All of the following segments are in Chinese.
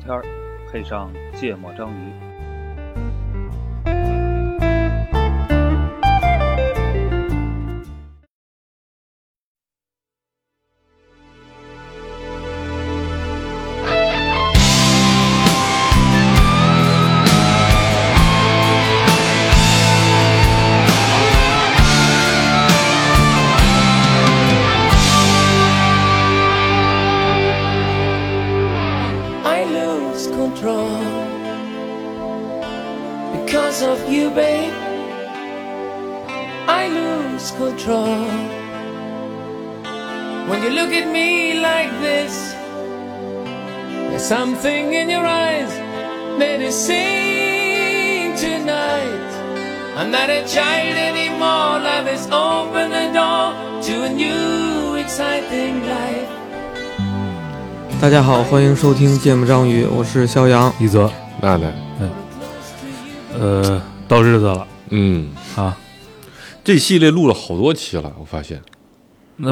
天儿，配上芥末章鱼。 I lose control because of you, babe. I lose control when you look at me like this. There's something in your eyes that is saying tonight. I'm not a child anymore. Life has opened the door to a new exciting life. 大家好，欢迎收听《芥末章鱼》，我是肖阳。一泽，娜娜，呃，到日子了嗯，啊，这系列录了好多期了，我发现，那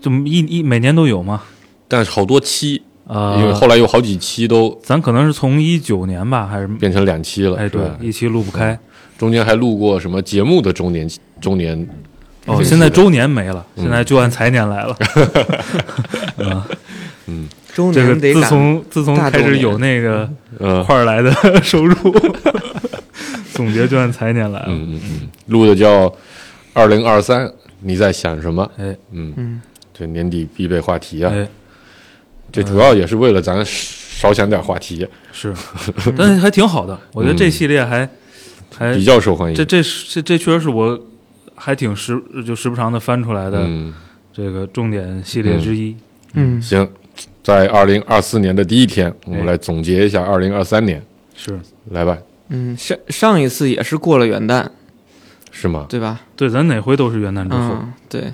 怎么一一每年都有吗？但是好多期，啊、因为后来有好几期都咱可能是从一九年吧，还是变成两期了，哎是对吧，？一期录不开中间还录过什么节目的周年周年，哦，这期现在周年没了，嗯现在就按财年 来了。周这个年得自赶，从自从大周开年始有那个呃，块儿来的 收入，总结就按财年来了。嗯嗯嗯，录的叫《二零二三你在想什么》，哎嗯，嗯，这年底必备话题啊，哎，这主要也是为了咱少想点话题，是，但是还挺好的，我觉得这嗯系列还、还比较受欢迎，哎这这是这这确实是我还挺时就时不常的翻出来的嗯，这个重点系列之一。嗯，行，在二零二四年的第一天，我们哎来总结一下二零二三年，是来吧，嗯，上上一次也是过了元旦，是吗？对吧？对，咱哪回都是元旦之后，嗯，对，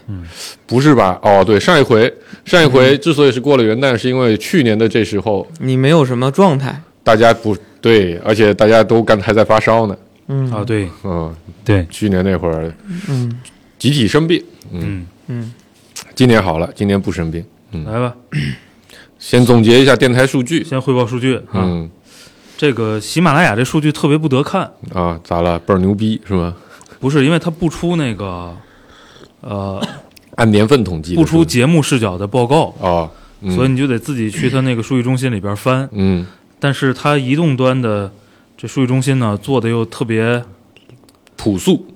不是吧？哦，对，上一回上一嗯回之所以是过了元旦，是因为去年的这时候你没有什么状态，大家不对，而且大家都刚还在发烧呢。嗯啊，，对嗯，对，去年那会儿嗯集体生病，嗯，嗯，今年好了，今年不生病。来吧，先总结一下电台数据，先汇报数据啊。嗯这个喜马拉雅这数据特别不得看，啊，咋了？倍儿牛逼是吗？不是因为它不出那个呃按年份统计的不出是节目视角的报告，吗哦，嗯所以你就得自己去它那个数据中心里边翻。嗯但是它移动端的这数据中心呢，做的又特别朴素，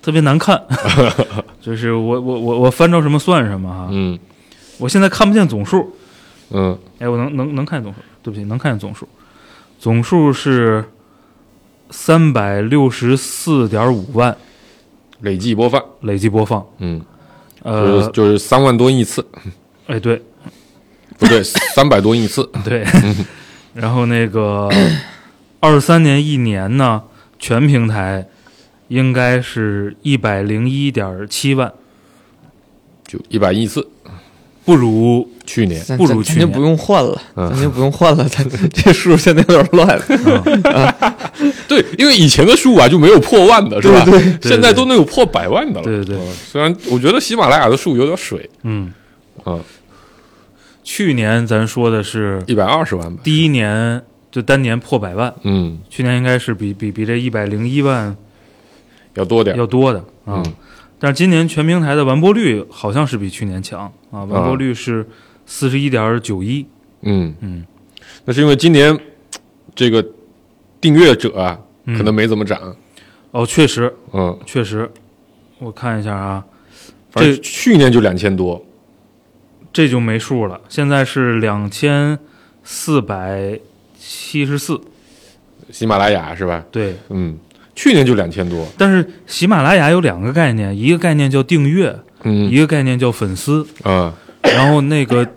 特别难 看，就是我我我我翻着什么算什么哈。嗯我现在看不见总数，嗯哎，我能能能看见总数，对不起，能看见总数，总数是三百六十四点五万累计播放，累计播放，嗯，就是呃，就是三万多亿次，哎，对不对，三百多亿次，对， 然后那个二三年一年呢，全平台应该是一百零一点七万，就一百亿次，不如去年。咱不咱如去咱就年不用换了，嗯咱就不用换了，咱 这数现在有点乱。对，因为以前的数啊就没有破万的，是吧？对对现在都能有破百万的了。对对对嗯虽然我觉得喜马拉雅的数有点水，嗯嗯，去年咱说的是一百二十万吧。第一年就单年破百万，嗯，去年应该是比比比这一百零一万要多点。要多的啊。嗯但是今年全平台的完播率好像是比去年强啊，完播率是四十一点九一，嗯嗯，那是因为今年这个订阅者啊，嗯可能没怎么涨。哦，确实嗯，确实，我看一下啊，反这正去年就两千多。这就没数了，现在是两千四百七十四，喜马拉雅是吧？对。嗯，去年就两千多。但是喜马拉雅有两个概念，一个概念叫订阅，嗯一个概念叫粉丝。啊，然后那个，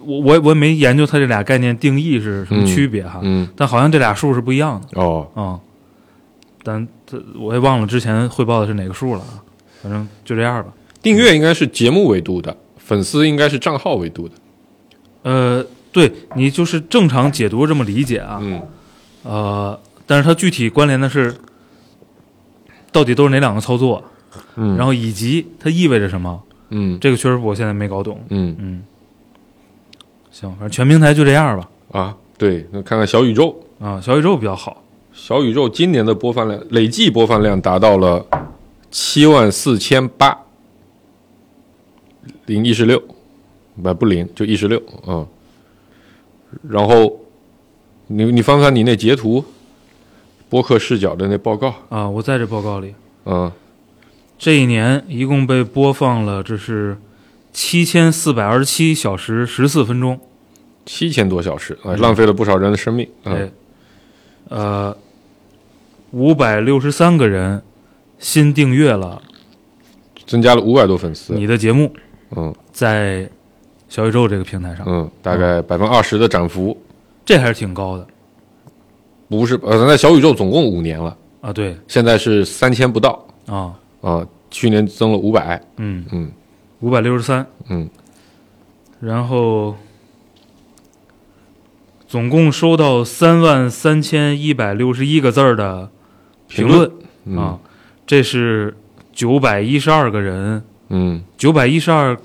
我我我没研究它这俩概念定义是什么区别哈，嗯但好像这俩数是不一样的。哦，啊、但这我也忘了之前汇报的是哪个数了啊，反正就这样吧。订阅应该是节目维度的，粉丝应该是账号维度的。呃，对你就是正常解读这么理解啊，嗯呃，但是它具体关联的是到底都是哪两个操作，嗯然后以及它意味着什么，嗯这个确实我现在没搞懂。嗯嗯，行，反正全平台就这样吧。啊，对，那看看小宇宙，啊，小宇宙比较好，小宇宙今年的播放量累计播放量达到了七万四千八零一十六，不不零就一十六，嗯。然后你你翻翻你那截图，播客视角的那报告，啊，我在这报告里，嗯，这一年一共被播放了，这是七千四百二十七小时十四分钟，七千多小时，啊，浪费了不少人的生命，嗯，对，呃，五百六十三个人新订阅了增加了五百多粉丝，你的节目，嗯在小宇宙这个平台上，嗯，大概百分之二十的涨幅，这还是挺高的不是，呃，咱在小宇宙总共五年了，啊，对现在是三千不到，啊，啊、去年增了五百，嗯嗯五百六十三，嗯，然后总共收到三万三千一百六十一个字儿的评论嗯啊，这是九百一十二个人，嗯，九百一十二，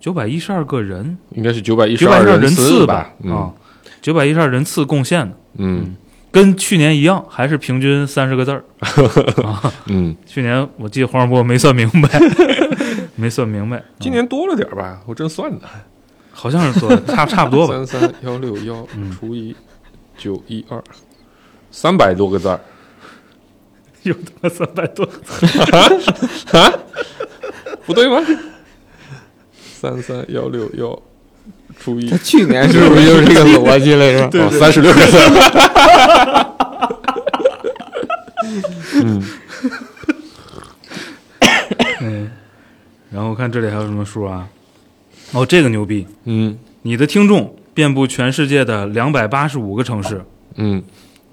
九百一十二个人，应该是九百一九十百二一十二次次吧，嗯、啊，九百一十二人次贡献的，嗯跟去年一样，还是平均三十个字儿。嗯，去年我记得黄世波没算明白， 没算明白，啊今年多了点儿吧，我真算的，好像是做差差不多吧。 三三幺六幺除以九一二，三百多个字儿，有他妈三百多，不对吗？三三幺六幺除以 他 去 年是不是就是 这个逻辑来着？哦三十六个字儿，然后我看这里还有什么数啊？哦，这个牛逼！嗯你的听众遍布全世界的两百八十五个城市。嗯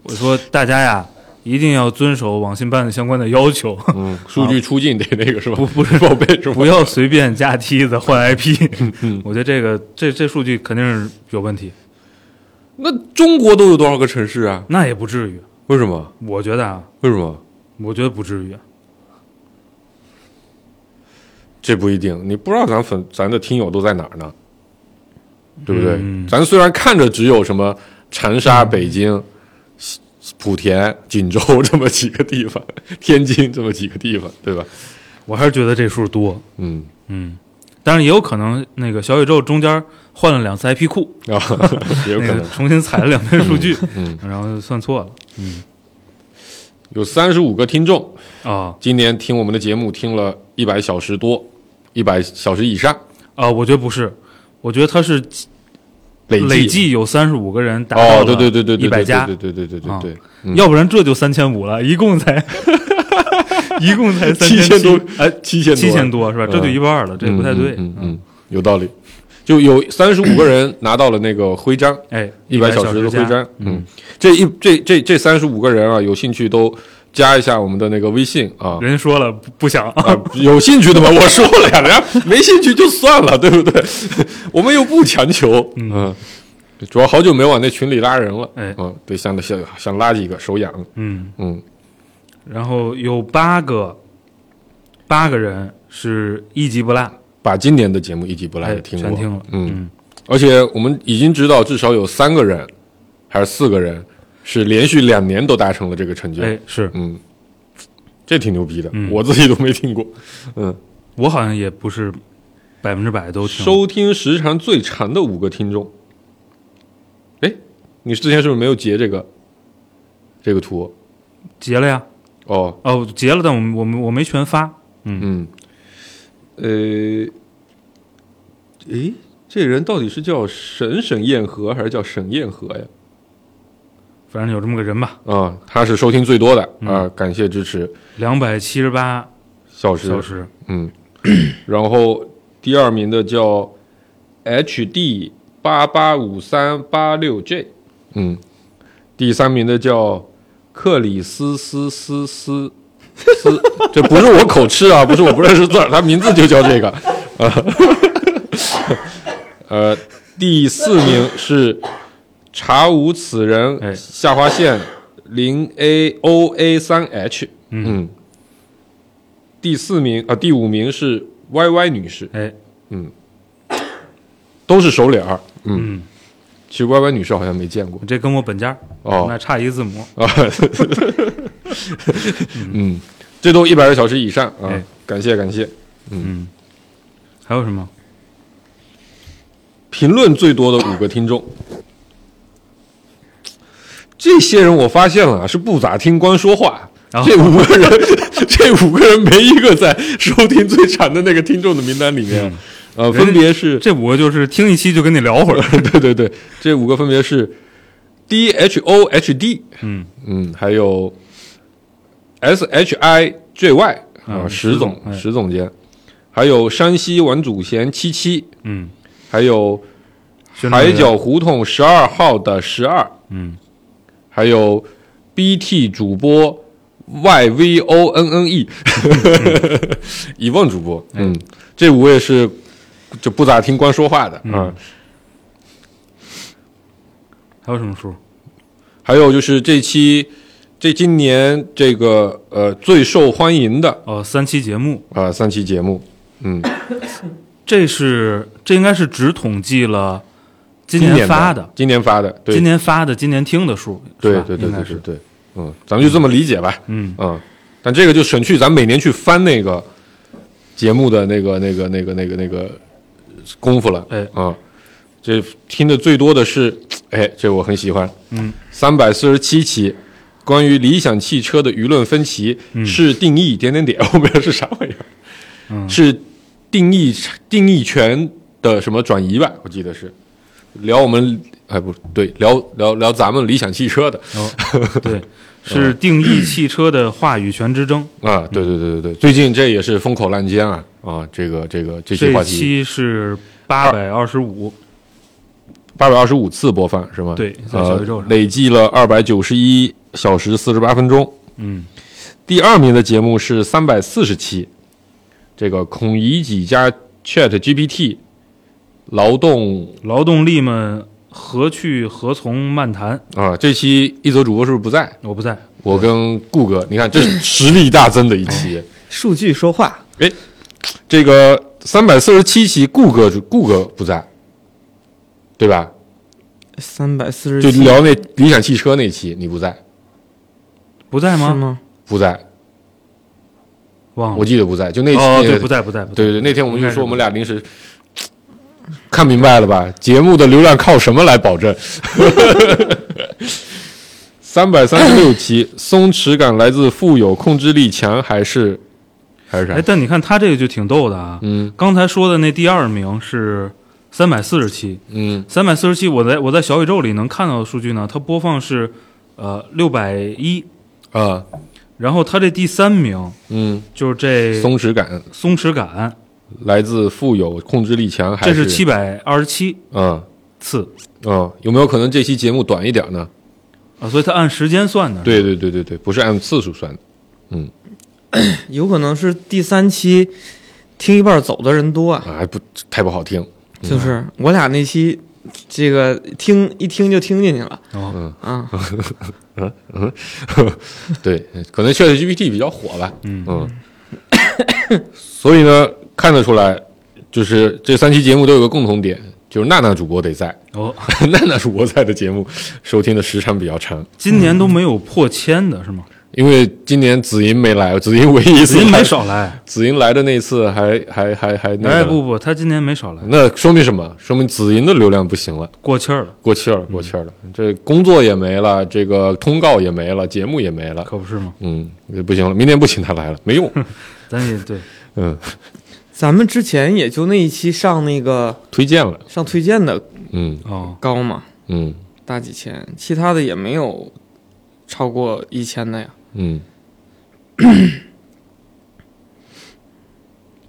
我说大家呀，一定要遵守网信办的相关的要求，嗯，数据出镜得那个是吧？不不是报备 是吧？不要随便加梯子换 IP。我嗯觉得这个这这数据肯定是有问题，那中国都有多少个城市啊？那也不至于。为什么？我觉得啊，为什么？我觉得不至于。这不一定，你不知道咱粉咱的听友都在哪儿呢，对不对？嗯咱虽然看着只有什么长沙、北京、西莆田、锦州这么几个地方，天津这么几个地方，对吧？我还是觉得这数多，嗯嗯，当然也有可能那个小宇宙中间换了两次 IP 库， 啊，也有可那能个重新采了两遍数据，嗯然后算错了有三十五个听众，啊今年听我们的节目听了一百小时多，一百小时以上，啊！我觉得不是，我觉得他是累计累计有三十五个人达到哦，了对对对对对，一百加对，对对对对啊对对，嗯要不然这就三千五了，一共才 一共才三7000多哎七千七千多是吧？嗯这就一半了，这也不太对，嗯嗯嗯，有道理。就有三十五个人拿到了那个徽章，哎，一百百小时时的徽章加，嗯，这一这这这三十五个人啊，有兴趣都加一下我们的那个微信啊。人家说了不不 想，啊，有兴趣的吗？我说了呀，人家没兴趣就算了，对不对？ 我们又不强求，嗯，主要好久没往那群里拉人了，哎嗯，对，想想想拉几个，手痒，嗯，嗯，然后有八个八个人是一集不落，把今年的节目一集不落哎，也听全过，听了，嗯，而且我们已经知道，至少有三个人还是四个人是连续两年都达成了这个成就。哎，是嗯，这挺牛逼的，嗯我自己都没听过。嗯，我好像也不是百分之百都听，收听时长最长的五个听众，哎，你之前是不是没有截这个这个图？结了呀，哦，哦，结了，但我我我没全发，嗯，呃，诶，这人到底是叫沈沈燕和还是叫沈燕和呀？反正有这么个人吧，啊，他是收听最多的啊，感谢支持。两百七十八小时，小时，嗯，然后第二名的叫 HD 八八五三八六 J，嗯，第三名的叫克里斯斯斯斯斯， 这不是我口吃啊，不是我不认识字儿，他名字就叫这个， 啊，呃，第四名是查无此哎人下划线零 A O A 三 H，嗯第四名啊，第五名是 Y Y 女士，哎，都是熟脸儿，嗯，其实 Y Y 女士好像没见过这跟我本家哦那差一个字母。啊。 嗯，这都一百个小时以上啊哎，感谢感谢。嗯，还有什么？评论最多的五个听众，这些人我发现了啊是不咋听，光说话。哦这五个人， 这五个人没一个在收听最长的那个听众的名单里面，嗯呃，分别是这五个就是听一期就跟你聊会儿。 对对对，这五个分别是 D H O H D，嗯，嗯，还有 S H I J Y 啊，嗯石石总总哎石总监，还有山西王祖贤七七，嗯，还有宣传海一下角胡同十二号的十二，嗯，还有 B T 主播 Y V O N N E，一 万主播，嗯，这五位是就不咋听光说话的啊。嗯还有什么书？还有就是这期这今年这个呃最受欢迎的哦，三期节目，啊、呃三期节目，嗯，这是这应该是只统计了今今年年发的，，今年发的，对，今年发的，今年听的书。对是吧对对应该对是对对，嗯，咱们就这么理解吧， 嗯嗯，但这个就省去咱每年去翻那个节目的那个那个那个那个那个功夫了，哎啊、这听的最多的是，哎，这我很喜欢，嗯，三百四十七期。关于理想汽车的舆论分歧、是定义点点点，我不知道是啥玩意儿，嗯是定义定义权的什么转移吧？我记得是聊我们哎不对，聊聊聊咱们理想汽车的哦，对，是定义汽车的话语权之争。啊，对对对对对，最近这也是风口浪尖啊啊，这个这个这期这话题期是八百二十五，八百二十五次播放是吗？对在小宇宙呃上，累计了二百九十一小时四十八分钟。嗯，第二名的节目是三百四十期，这个孔乙己加 Chat GPT 劳动劳动力们何去何从漫谈，啊，这期一则主播是不是不在？我不在。我跟顾哥，你看这是实力大增的一哎期。 数据说话，这个三百四十七期，顾哥顾哥不在，对吧？三百四十就七聊那理想汽车那期，你不在，不在是吗？吗？不在，忘了我。记得不在，就那期。哦，对，不在，不在，不在。对对对那天我们应就该是说我不们俩临时看明白了吧？节目的流量靠什么来保证？ 三百三十六期，松弛感来自富有控制力强还是还是啥哎，？但你看他这个就挺逗的啊。嗯刚才说的那第二名是三百四十期，嗯三百四十期，我在我在小宇宙里能看到的数据呢，它播放是呃六百一，啊然后它这第三名嗯，就是这松弛感松弛感，来自富有控制力强还这是是七百二十七嗯次嗯，有没有可能这期节目短一点呢？啊，所以它按时间算的。，对对对对对，不是按次数算的。有可能是第三期听一半走的人多啊，啊，还不太不好听。就是我俩那期这个听一听就听进去了哦，啊，对，可能 ChatGPT 比较火吧。嗯 所以呢，看得出来，就是这三期节目都有个共同点，就是娜娜主播得在， 哦，娜娜主播在的节目收听的时长比较长。今年都没有破千的是吗？因为今年子银没来，子银唯一一次子银来没，少来，子银来的那次还还还还那哎个，不不，他今年没少来，那说明什么？说明子银的流量不行了，过气儿了，过气儿嗯了，过气儿了。这工作也没了，这个通告也没了，节目也没了，可不是吗？嗯，不行了，明年不请他来了，没 用。咱也对，嗯，咱们之前也就那一期上那个推荐了，上推荐的嗯哦，高嘛，嗯大几千，其他的也没有超过一千的呀。嗯。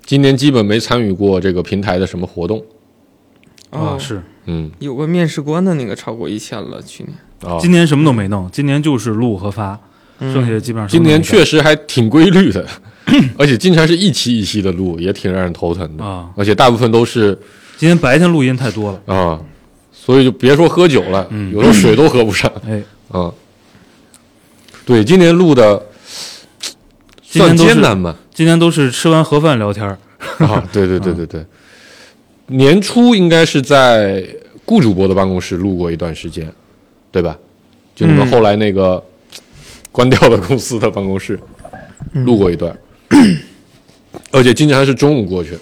今年基本没参与过这个平台的什么活动，啊是，嗯哦有个面试官的那个超过一千了，去年。啊，今年什么都没弄，今年就是录和发，嗯剩下基本上什今么都没年干确实还挺规律的， 而且经常是一期一期的录，也挺让人头疼的啊而且大部分都是今天白天录音太多了，啊，所以就别说喝酒了，嗯有时候水都喝不上哎，啊。对，今年录的今年算都是艰难吧，今天都是吃完盒饭聊天儿，啊，对对对对对，年初应该是在顾主播的办公室录过一段时间，对吧？就你们嗯后来那个 关掉了公司的办公室，录过一段，而且今年还是中午过去，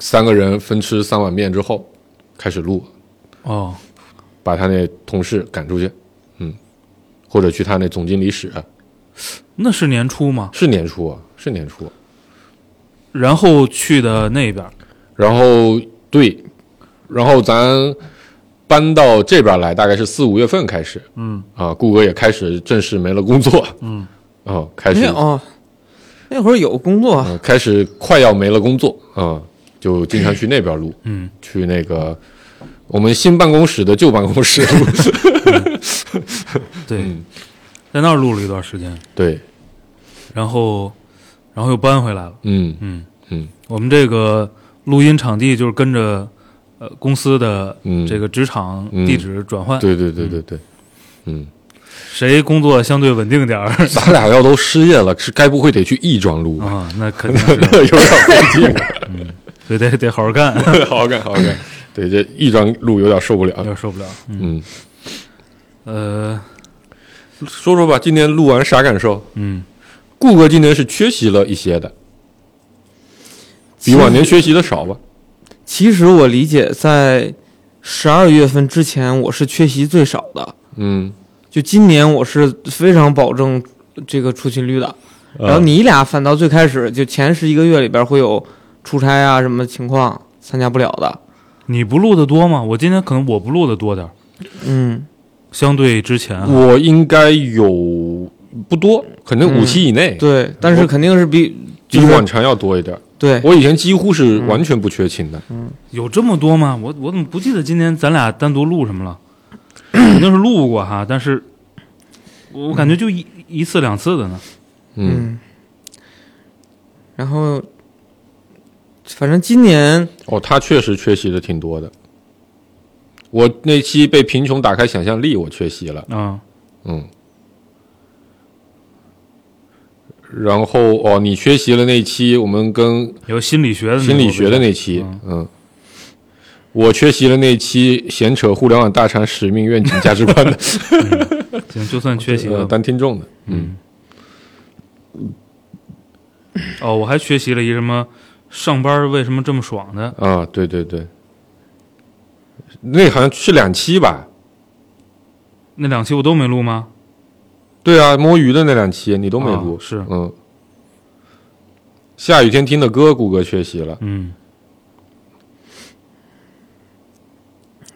三个人分吃三碗面之后开始录，哦，把他那同事赶出去，嗯，或者去他那总经理室，啊那是年初嘛，是年初啊，是年初啊、然后去的那边儿，然后对，然后咱搬到这边来，大概是四五月份开始，嗯啊，顾哥也开始正式没了工作，嗯， 啊，开始那哦，那会儿有工作，啊嗯，开始快要没了工作，啊，就经常去那边录，嗯，去那个我们新办公室的旧办公室录，对，嗯在那儿录了一段时间，对，然后，然后又搬回来了。嗯嗯嗯，我们这个录音场地就是跟着呃公司的嗯这个职场嗯地址转换，对对对对对，嗯，谁工作相对稳定点 儿咱俩要都失业了，是该不会得去亦庄录吧？啊，那肯定是， 有点费劲，所以得 得好好干，好好干，好好干。对，这亦庄录有点受不有了。点受不了。嗯嗯，呃，说说吧，今天录完啥感受？嗯，顾哥今年是缺席了一些的，比往年缺席的少吧？其实我理解，在十二月份之前，我是缺席最少的。嗯，就今年，我是非常保证这个出勤率的。然后啊你俩反倒最开始就前十一个月里边会有出差啊什么情况参加不了的。你不录的多吗？我今天可能我不录的多点儿，嗯，相对之前啊，嗯我应该有不多，可能五期以内，对，但是肯定是比比就是往常要多一点。对我以前几乎是完全不缺勤的，有这么多吗？我我怎么不记得今天咱俩单独录什么了？ 肯定是录过哈，但是我我感觉就一、一次两次的呢。嗯，然后反正今年哦，他确实缺席的挺多的。我那期被贫穷打开想象力，我缺席了。啊、嗯，然后哦，你缺席了那期我们跟有心理学的那心理学的那个期，嗯，我缺席了那期闲扯互联网大厂使命、愿景、价值观的，行，就算缺席呃，了。当听众的，哦，我还缺席了一什么上班为什么这么爽的？啊，对对对，那好像是两期吧？那两期我都没录吗？对啊，摸鱼的那两期你都没录，哦是嗯。下雨天听的歌，谷歌缺席了。嗯，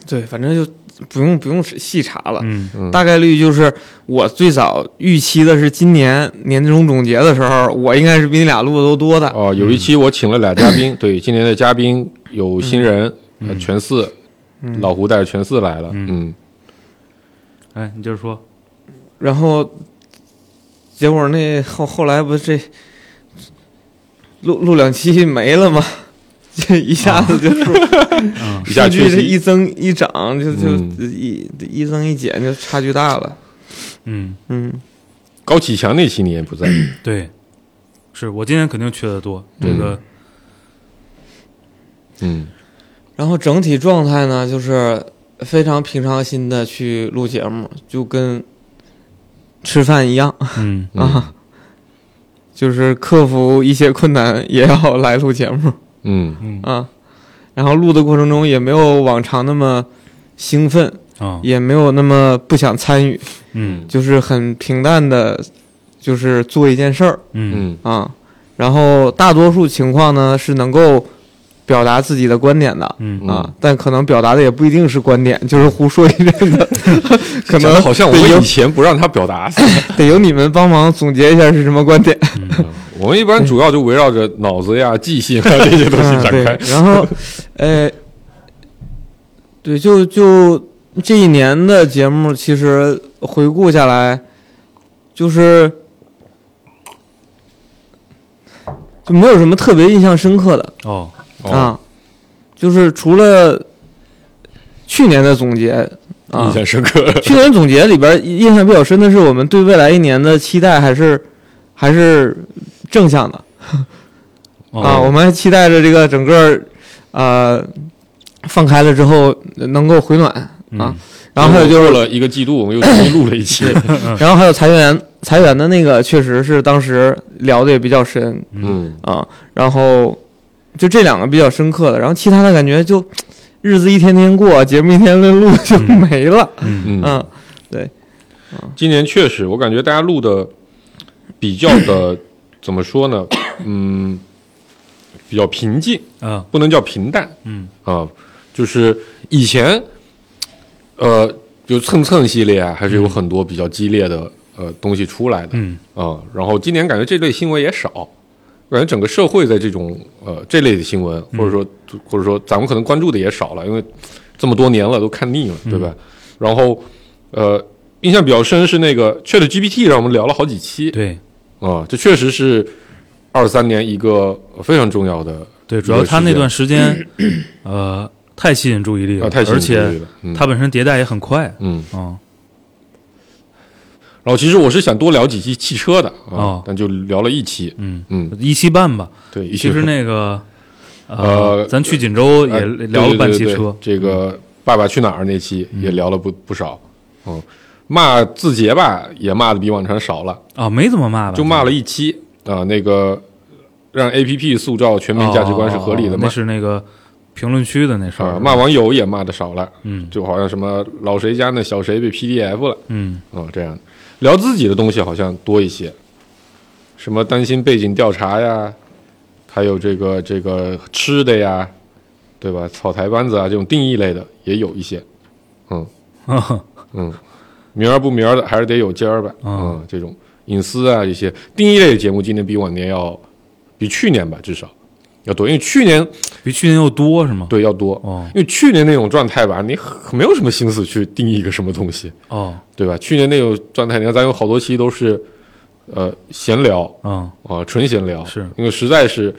对，反正就不用不用细查了。嗯大概率就是我最早预期的是今年年终总结的时候，我应该是比你俩录的都多的。哦，有一期我请了俩嘉宾，对，今年的嘉宾有新人，呃全四，老胡带着全四来了，嗯，哎，你接着说。然后结果那后后来不这录录两期没了吗？ 这一下子就是、一下数缺据这席一增一涨，就就、嗯一一增一减，就差距大了。嗯，嗯，高启强那期你也不在，对，是我今天肯定缺的多。这个嗯，然后整体状态呢，就是非常平常心的去录节目，就跟吃饭一样、 嗯啊，就是克服一些困难也要来录节目 嗯啊。然后录的过程中也没有往常那么兴奋，啊也没有那么不想参与，嗯就是很平淡的，就是做一件事儿嗯嗯啊。然后大多数情况呢是能够表达自己的观点的，嗯啊，但可能表达的也不一定是观点，就是胡说一阵 子，可讲得能好像我得们由以前不让他表达 似的。得由你们帮忙总结一下是什么观点。我们一般主要就围绕着脑子呀、记性啊这些东西嗯，展对开。，然 后，呃，对，就就这一年的节目，其实回顾下来，就是就没有什么特别印象深刻的。哦哦，啊，就是除了去年的总结印啊，象深刻。去年总结里边印象比较深的是，我们对未来一年的期待还是还是正向的、啊哦啊，我们还期待着这个整个呃放开了之后能够回暖啊嗯。然后还有就是过了一个季度，我们又重新录了一期。然后还有裁员，裁员的那个确实是当时聊的也比较深嗯，啊。然后就这两个比较深刻的，然后其他的感觉就日子一天天过，节目一天天录就嗯没了。嗯嗯嗯，今年确实，我感觉大家录的比较的怎么说呢？嗯，比较平静，啊不能叫平淡嗯啊、就是以前，呃，就蹭蹭系列啊，还是有很多比较激烈的呃东西出来的。嗯啊、然后今年感觉这类新闻也少，感觉整个社会在这种呃这类的新闻，嗯或者说、或者说咱们可能关注的也少了，因为这么多年了都看腻了，对嗯吧？然后呃，印象比较深是那个 Chat GPT 让我们聊了好几期，对啊、这确实是二三年一个非常重要的对，个主要他事那件段时 间呃太吸引注意力啊、了，太新而奇了且嗯它本身迭代也很快嗯，啊，然后其实我是想多聊几期汽车的啊、哦但就聊了一期，嗯，嗯，一期半吧。对，一期其实那个呃咱去锦州也哎聊了半期对对对车嗯对，这个《爸爸去哪儿》那期也聊了不不少，嗯，骂字节吧也骂的比往常少了，啊，没怎么骂吧？就骂了一期啊、那个让 A P P 塑造全民价值观是合理的哦嘛那是那个评论区的那事啊、儿。骂网友也骂的少了，嗯就好像什么老谁家那小谁被 P D F 了嗯啊、这样聊自己的东西好像多一些，什么担心背景调查呀，还有这个这个吃的呀，对吧？草台班子啊这种定义类的也有一些。呵呵明儿不明儿的，还是得有今儿吧。嗯嗯，这种隐私啊，这些定义类的节目，今年比往年要，比去年吧，至少要多，因为去年 比去年又多是吗？对要多，哦因为去年那种状态吧，你很没有什么心思去定义一个什么东西，哦对吧？去年那种状态，你看咱有好多期都是，呃，闲聊嗯啊、纯闲聊，是因为实在是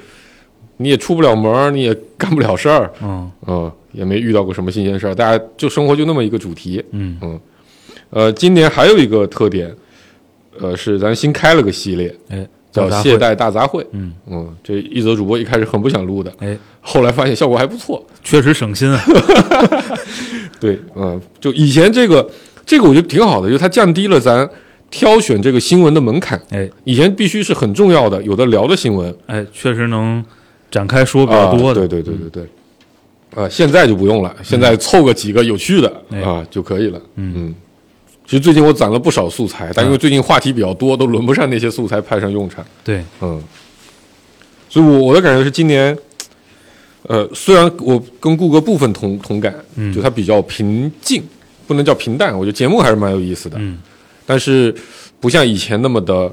你也出不了门儿，你也干不了事儿，嗯嗯，也没遇到过什么新鲜事儿，大家就生活就那么一个主题，嗯呃，今年还有一个特点，呃，是咱新开了个系列，哎，叫大《杂懈烩怠大杂烩》。嗯嗯，这一则主播一开始很不想录的，哎，后来发现效果还不错。确实省 心啊。对，嗯，就以前这个这个我觉得挺好的，就是它降低了咱挑选这个新闻的门槛。哎以前必须是很重要的、有的聊的新闻哎，确实能展开说比啊较，多的。嗯对对对对对。啊，现在就不用了，现在凑个几个有趣的哎啊就可以了。嗯，其实最近我攒了不少素材，但嗯因为最近话题比较多，都轮不上那些素材派上用场。对嗯，所以我我的感觉是今年，呃，虽然我跟顾哥部分同同感，嗯就他比较平静，不能叫平淡，我觉得节目还是蛮有意思的，嗯但是不像以前那么的，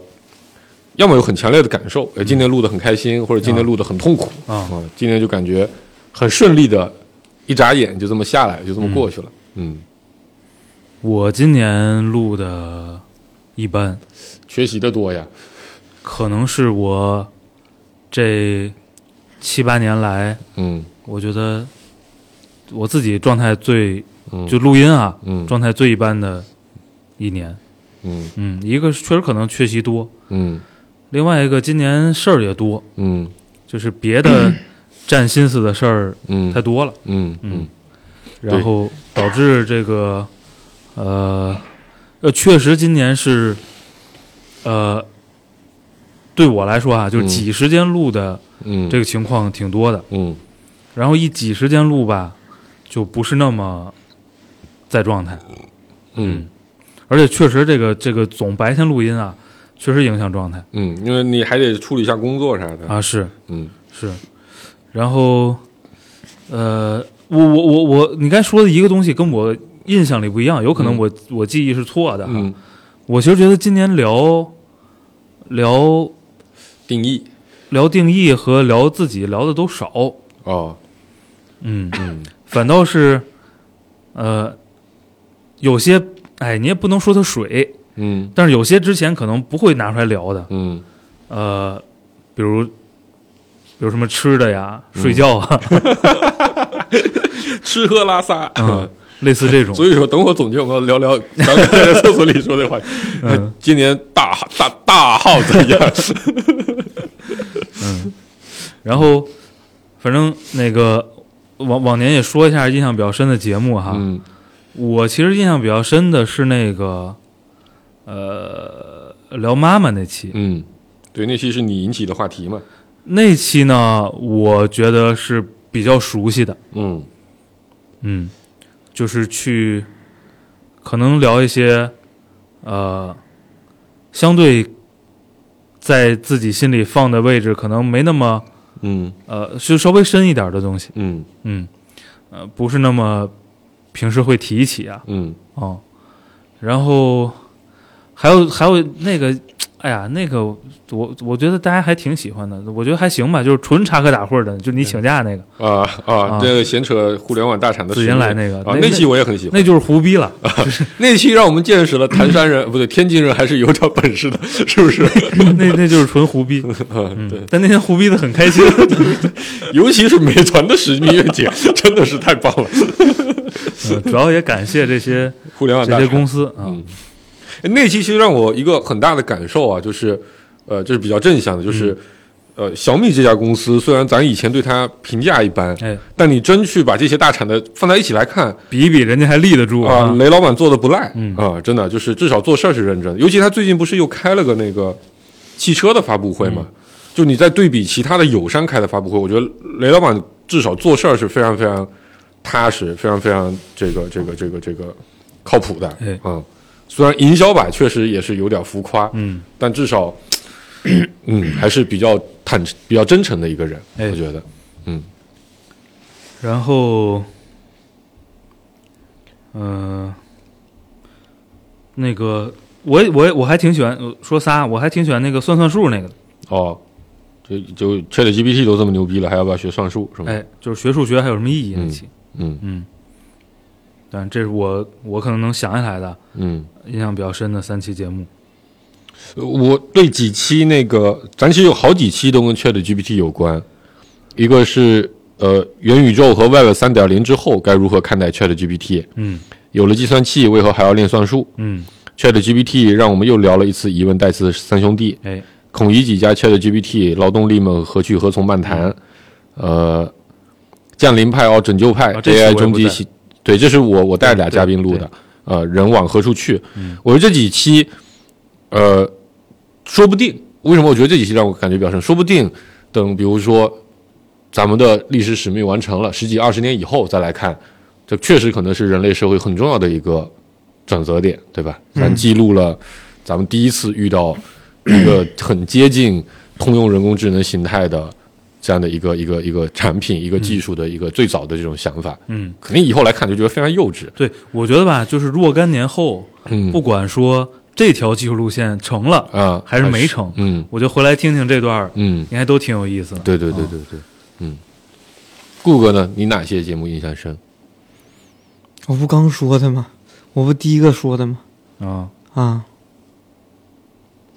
要么有很强烈的感受，呃今年录的很开心，或者今年录的很痛苦嗯啊嗯今年就感觉很顺利的，一眨眼就这么下来，就这么过去了，嗯，我今年录的一般，学习的多呀，可能是我这七八年来，嗯我觉得我自己状态最嗯，就录音啊，嗯状态最一般的一年。嗯嗯，一个是确实可能缺席多，嗯另外一个今年事儿也多，嗯就是别 的占心思的事儿嗯太多了，嗯嗯嗯然后导致这个呃呃，确实今年是呃对我来说啊，就是嗯挤时间录的嗯，这个情况挺多的，嗯然后一挤时间录吧，就不是那么在状态，嗯。而且确实这个这个总白天录音啊，确实影响状态嗯，因为你还得处理一下工作啥的。啊，是。嗯是，然后，呃，我我我我，你刚才说的一个东西跟我印象里不一样，有可能嗯我、我记忆是错的哈。嗯，我其实觉得今年聊聊定义聊定义和聊自己聊的都少，哦，嗯，反倒是，呃，有些哎，你也不能说它水，嗯但是有些之前可能不会拿出来聊的，嗯呃，比如。比如什么吃的呀、嗯睡觉 啊，吃喝拉 撒。嗯类似这种。所以说，等我总结，我们聊聊咱们在厕所里说的话题。 嗯今年大大大号 怎样？然后，反正那个往往年也说一下印象比较深的节目哈。嗯我其实印象比较深的是那个，呃，聊妈妈那期。嗯，对，那期是你引起的话题嘛？那期呢，我觉得是比较熟悉的，嗯嗯，就是去可能聊一些呃，相对在自己心里放的位置可能没那么嗯呃，就稍微深一点的东西，嗯嗯，呃，不是那么平时会提起啊，嗯哦，然后还有还有那个，哎呀，那个我我觉得大家还挺喜欢的，我觉得还行吧，就是纯插科打诨的，就你请假那个，啊啊啊，这个闲扯互联网大厂的紫事金业来那个啊，那那期我也很喜欢。那就是胡逼 了。那期让我们见识了唐山人不对，天津人还是有点本事的，是不是？ 那那就是纯胡逼，嗯对， 嗯，但那天胡逼的很开 心， 尤其是美团的十蜜月姐， 真的是太棒了。嗯主要也感谢这 些互联网这大些厂公司啊，那期其实让我一个很大的感受啊，就是，呃，这是比较正向嗯的，就是，呃，小米这家公司虽然咱以前对它评价一般，哎，但你真去把这些大厂的放在一起来看比一比人家还立得住啊啊，，雷老板做的不赖嗯啊，真的就是至少做事儿是认真的。尤其他最近不是又开了个那个汽车的发布会嗯嘛，就你在对比其他的友商开的发布会，我觉得雷老板至少做事儿是非常非常踏实，非常非常这个这个这个这个靠谱的哎啊。虽然营销版确实也是有点浮夸，嗯，但至少 嗯还是比较坦诚、比较真诚的一个人，哎我觉得。然后，嗯，那个我也我也我还挺喜欢呃说仨，我还挺喜欢那个算算数那个的，哦，就就 ChatGPT 都这么牛逼了，还要不要学算术是吗？哎，就是学数学还有什么意义那嗯期，嗯嗯，但这是我我可能能想起来的嗯，印象比较深的三期节目，呃我对几期那个，咱其实有好几期都跟 ChatGPT 有关，一个是呃元宇宙和 Web 三点零之后该如何看待 ChatGPT，嗯有了计算器为何还要练算术嗯， ？ChatGPT 让我们又聊了一次疑问代词三兄弟，哎，孔乙己加 ChatGPT，劳动力们何去何从漫谈，呃，降临派哦拯救派、啊这期我 AI 也终不极在系，对，这是我我带着俩嘉宾录对嗯的，呃，人往何处去？我觉得这几期，呃，说不定为什么我觉得这几期让我感觉比较深，说不定等比如说咱们的历史使命完成了十几二十年以后再来看，这确实可能是人类社会很重要的一个转折点，对吧？嗯咱记录了咱们第一次遇到一 个很接近通用人工智能形态的这样的一个一个一个产品、一个技术的一个最早的这种想法，嗯，肯定以后来看就觉得非常幼稚。对，我觉得吧，就是若干年后，嗯不管说这条技术路线成了，啊，还是没成嗯我就回来听听这段儿，嗯，应该都挺有意思的。对对对对对，嗯。顾哥呢？你哪些节目印象深？我不刚说的吗？我不第一个说的吗？啊，啊，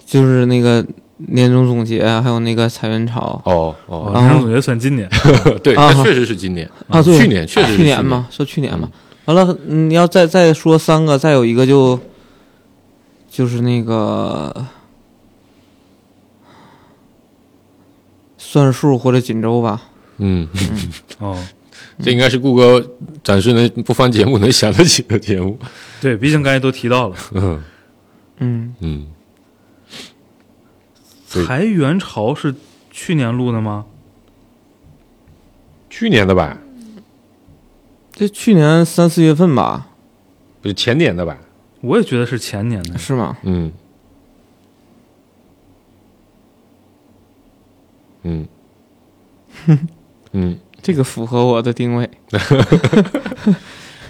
就是那个年终总结，还有那个裁员潮哦哦，哦，啊年终总结算 今年，对，啊它确实是今年啊，对，去年确实是去年去年嘛，说去年嘛。完了，嗯你要再再说三个，再有一个就就是那个算数或者锦州吧。嗯，哦，这应该是顾哥暂时能不翻节目能想得起的节目。对，毕竟刚才都提到了嗯嗯，嗯，对裁员潮是去年录的吗？去年的吧，这去年三四月份吧，不是前年的吧？我也觉得是前年 的。是吗？嗯嗯嗯，这个符合我的定位。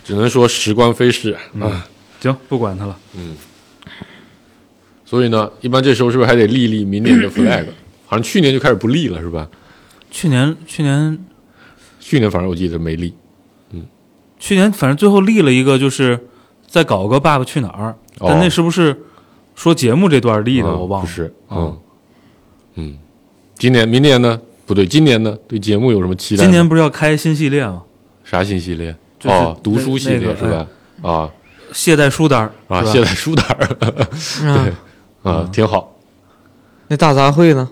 只能说时光飞逝啊。行，不管他了。所以呢，一般这时候是不是还得立立明年的 flag？好像 去年就开始不立了，是吧？去年，去年，去年反正我记得没立。去年，反正最后立了一个，就是再搞个《爸爸去哪儿》哦但那是不是说节目这段立的？嗯我忘了。不是，哦嗯嗯，今年明年呢？不对，今年呢？对节目有什么期待吗？今年不是要开新系列吗？啥新系列？就是哦，读书系那列那个是吧？啊懈怠书单儿啊，是吧嗯懈怠书单儿啊，啊，挺好。那大杂烩呢？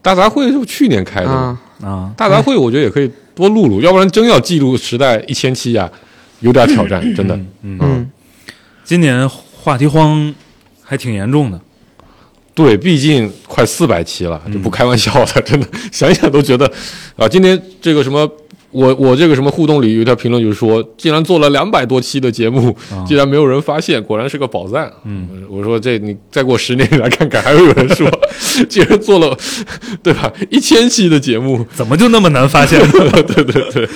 大杂烩是去年开的嘛，啊，啊，大杂烩我觉得也可以多录录，要不然真要记录时代一千期啊，有点 挑战，真的。嗯，今年话题荒还挺严重的，对，毕竟快四百期了，嗯 这不开玩笑的，真的想一想都觉得啊，今天这个什么。我我这个什么互动里有一条评论就是说，竟然做了两百多期的节目，啊竟然没有人发现，果然是个宝藏。嗯，我说这你再过十年你来看看，还会有人说， 竟然做了，对吧？一千期的节目，怎么就那么难发现呢？ 对对对，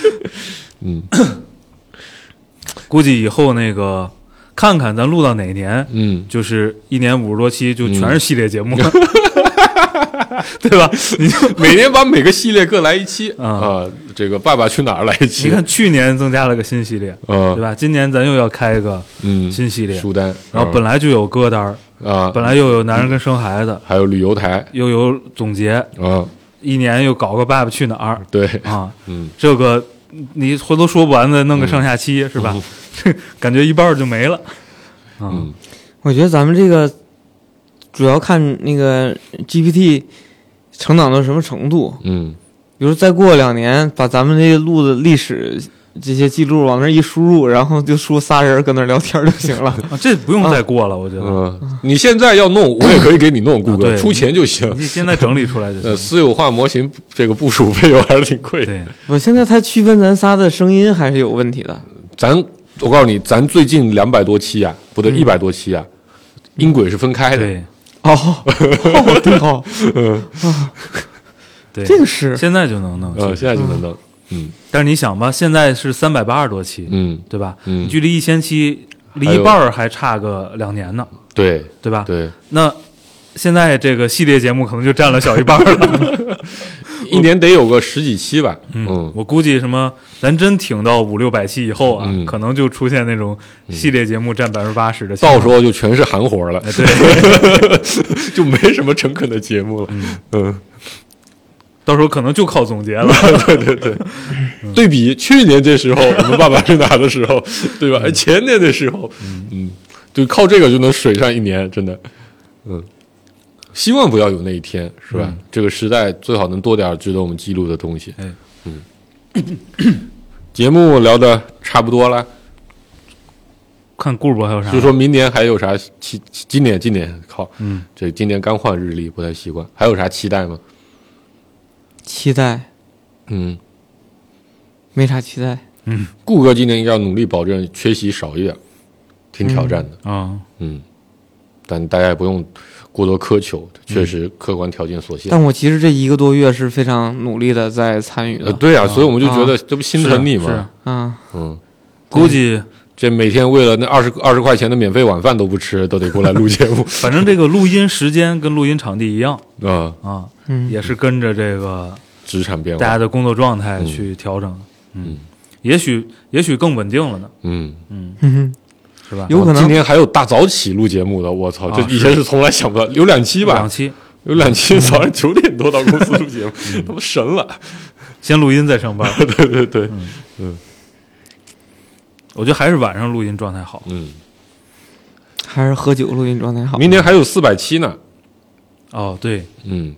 嗯估计以后那个看看咱录到哪年，嗯，就是一年五十多期，就全是系列节目，嗯 对吧？你就每年把每个系列各来一期啊啊，这个《爸爸去哪儿》来一期，啊你看去年增加了个新系列，嗯对吧？今年咱又要开一个嗯，新系列，书单，然后本来就有歌单儿，来啊，本来又有男人跟生孩子，还有旅游台又有总结，啊，一年又搞个《爸爸去哪儿对，》啊，嗯，这个你回头说不完的，弄个上下期、是吧？这 感觉一半儿就没了。嗯，我觉得咱们这个主要看那个 GPT 成长到什么程度。嗯比如再过两年，把咱们这个录的历史这些记录往那儿一输入，然后就输仨人搁那儿聊天就行了。啊，这不用再过了，我觉得。嗯，你现在要弄，我也可以给你弄，谷歌啊对出钱就行。你现在整理出来就 呃，行。私有化模型这个部署费用还是挺贵的。 对， 我现在它区分咱仨的声音还是有问题的。咱我告诉你，咱最近两百多期啊，不对，一百多期啊，音轨是分开的。嗯对哦，哦对哦，对，这个是现在就能弄。呃，现在就能弄。嗯但是你想吧，现在是三百八十多期，嗯，对吧？嗯距离一千期离还一有半儿还差个两年呢，对对吧？。对，那现在这个系列节目可能就占了小一半儿了。 一年得有个十几期吧。嗯，我估计什么，咱真挺到五六百期以后啊，嗯可能就出现那种系列节目占百分之八十的情况。到时候就全是行活了，哎对， 就没什么诚恳的节目了。嗯，到时候可能就靠总结了。 对对对，对比去年这时候，我们爸爸去哪儿的时候，对吧？哎前年的时候，嗯，就靠这个就能水上一年，真的。嗯，希望不要有那一天，是吧？这个时代最好能多点儿值得我们记录的东西。哎嗯， 节目聊的差不多了， 看顾博还有啥？就说明年还有啥期？今年今年靠，嗯，这今年刚换日历，不太习惯。还有啥期待吗？期待，嗯，没啥期待。顾哥今年应该要努力保证缺席少一点，挺挑战的。啊，嗯但大家也不用过多苛求，确实客观条件所限。但我其实这一个多月是非常努力的在参与呃，的对啊，所以我们就觉得这不心疼你是吗？啊，嗯，估计这每天为了那二十二十块钱的免费晚饭都不吃，都得过来录节 目反正这个录音时间跟录音场地一样啊、啊，嗯也是跟着这个职场变大家化，的工作状态去调整。嗯，也许也许更稳定了呢，嗯，嗯是吧？有可能今天还有大早起录节目的，我操，这啊以前是从来想不到，有两期吧两，期有两期早上九点多到公司录节目， 他妈神了，先录音再上班，嗯对对对，我觉得还是晚上录音状态好。嗯，哼，还是喝酒录音状态好。明年还有四百期呢，哦，对，嗯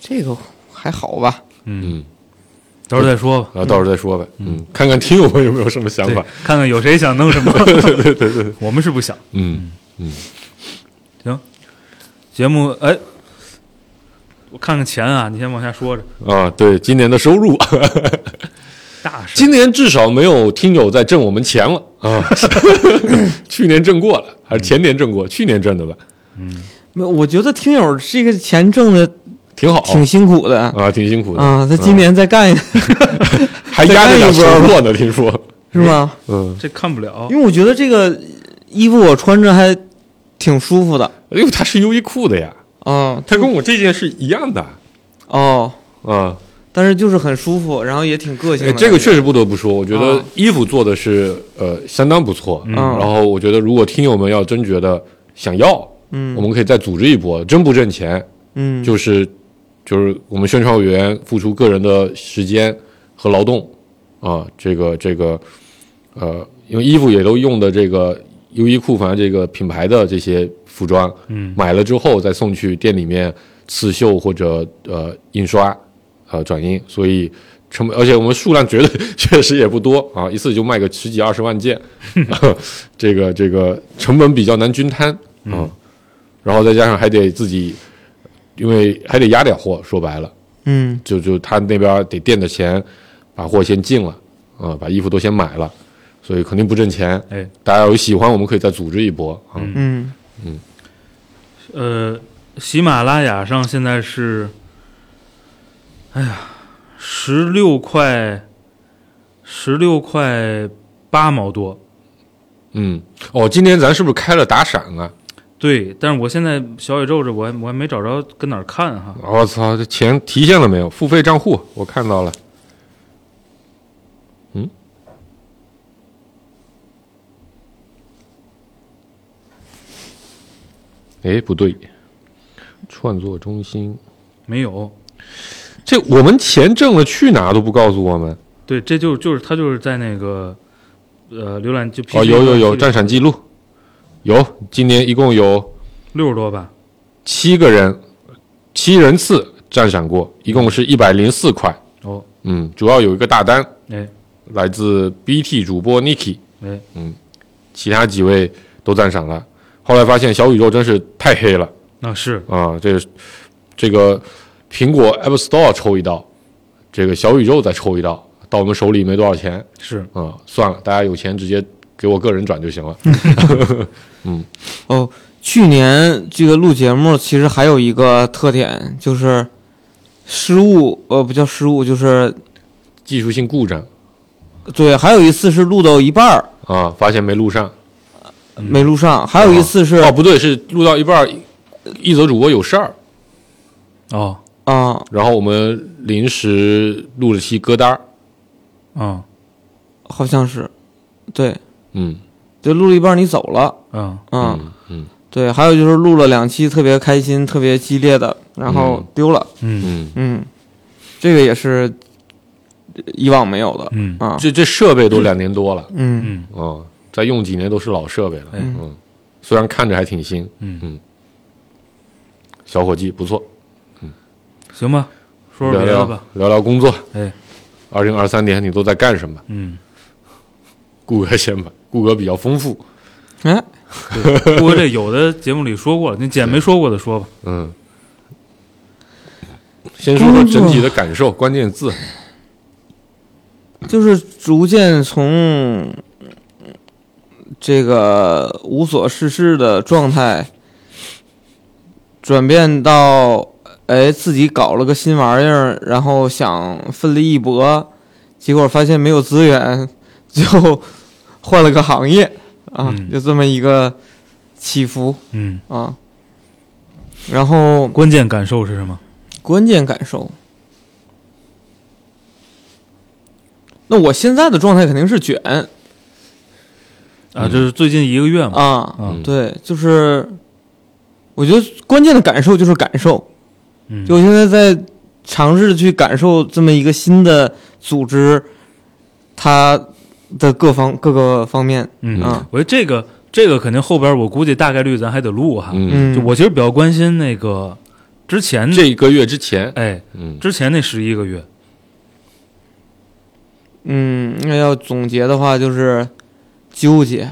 这个还好吧？嗯，嗯，到时候再说吧。然后啊到时候再说呗，嗯，看看听友们有没有什么想对法，，看看有谁想弄什么。对对对对， 我们是不想。嗯。行，节目哎，我看看钱啊，你先往下说着。啊，对，今年的收入， 大事今年至少没有听友在挣我们钱了啊， 去年挣过了，还是前年挣过，去年挣的吧，没有，我觉得听友这个钱挣的挺好，挺辛苦的啊，挺辛苦的，啊，他今年再干一个嗯还压着点收获呢，听说，是吗？嗯，这看不了因为我觉得这个衣服我穿着还挺舒服的因为哎他是优衣库的呀，啊，他跟我这件是一样的哦，啊，但是就是很舒服，然后也挺个性哎的。这个确实，实不得不说，我觉得啊衣服做的是呃相当不错，嗯然后我觉得如果听友们要真觉得想要，嗯我们可以再组织一波，真不挣钱，嗯，就是就是我们宣传委员付出个人的时间和劳动啊，这个这个呃，因为衣服也都用的这个 E 优衣库，反正这个品牌的这些服装，嗯买了之后再送去店里面刺绣或者呃印刷呃转印，所以成本，而且我们数量绝对确实也不多啊，一次就卖个十几二十万件，这个这个成本比较难均摊啊，然后再加上还得自己，因为还得压点货，说白了。嗯就就他那边得垫着钱，把货先进了，啊、把衣服都先买了，所以肯定不挣钱。哎，大家有喜欢，我们可以再组织一波啊。嗯嗯呃，喜马拉雅上现在是，哎呀，十六块，十六块八毛多。哦，今天咱是不是开了打赏啊？对，但是我现在小宇宙这我还我还没找着跟哪儿看哈。我、操，这钱提现了没有？付费账户我看到了。嗯，哎，不对，创作中心，没有。这我们钱挣了去哪儿都不告诉我们。对，这就就是他就是在那个呃浏览就 P 哦，有有有，战闪记录，有，今年一共有六十多吧，七个人，七人次战闪过，一共是一百零四块。哦，嗯，主要有一个大单哎来自 BT 主播 Niki，嗯哎，其他几位都赞赏了。后来发现小宇宙真是太黑了那、是啊！这这个苹果 App Store 抽一刀，这个小宇宙再抽一刀，到我们手里没多少钱是，啊、算了，大家有钱直接给我个人转就行了。哦，去年这个录节目其实还有一个特点就是失误，呃，不叫失误，就是技术性故障对，还有一次是录到一半儿啊，发现没录上。没录上，还有一次是嗯哦，不对，是录到一半儿，一则主播有事儿，哦啊，然后我们临时录了期歌单儿，啊好像是，对，嗯就录了一半儿你走了，啊啊，嗯嗯对，还有就是录了两期特别开心、特别激烈的，然后嗯丢了，嗯嗯，嗯，这个也是呃以往没有的嗯啊，这这设备都两年多了，嗯嗯嗯，再用几年都是老设备了，嗯嗯，虽然看着还挺新，嗯，小伙计不错，行吧，说说聊别的聊吧，聊聊工作，哎，二零二三年你都在干什么？嗯，顾哥先吧，顾哥比较丰富，哎，不过这有的节目里说过了，那姐没说过的说吧，嗯，先说说整体的感受，关键字，就是逐渐从这个无所事事的状态转变到，哎，自己搞了个新玩意儿，然后想奋力一搏，结果发现没有资源，就换了个行业啊，嗯就这么一个起伏嗯，啊。然后关键感受是什么？关键感受。那我现在的状态肯定是卷嗯啊，这是最近一个月嘛，啊，啊嗯对，就是我觉得关键的感受就是感受，嗯，就我现在在尝试去感受这么一个新的组织，它的各方各个方面，嗯啊，我觉得这个这个肯定后边我估计大概率咱还得录哈，嗯，嗯，就我其实比较关心那个之前这一个月之前，哎嗯，之前那十一个月，嗯，那要总结的话就是纠结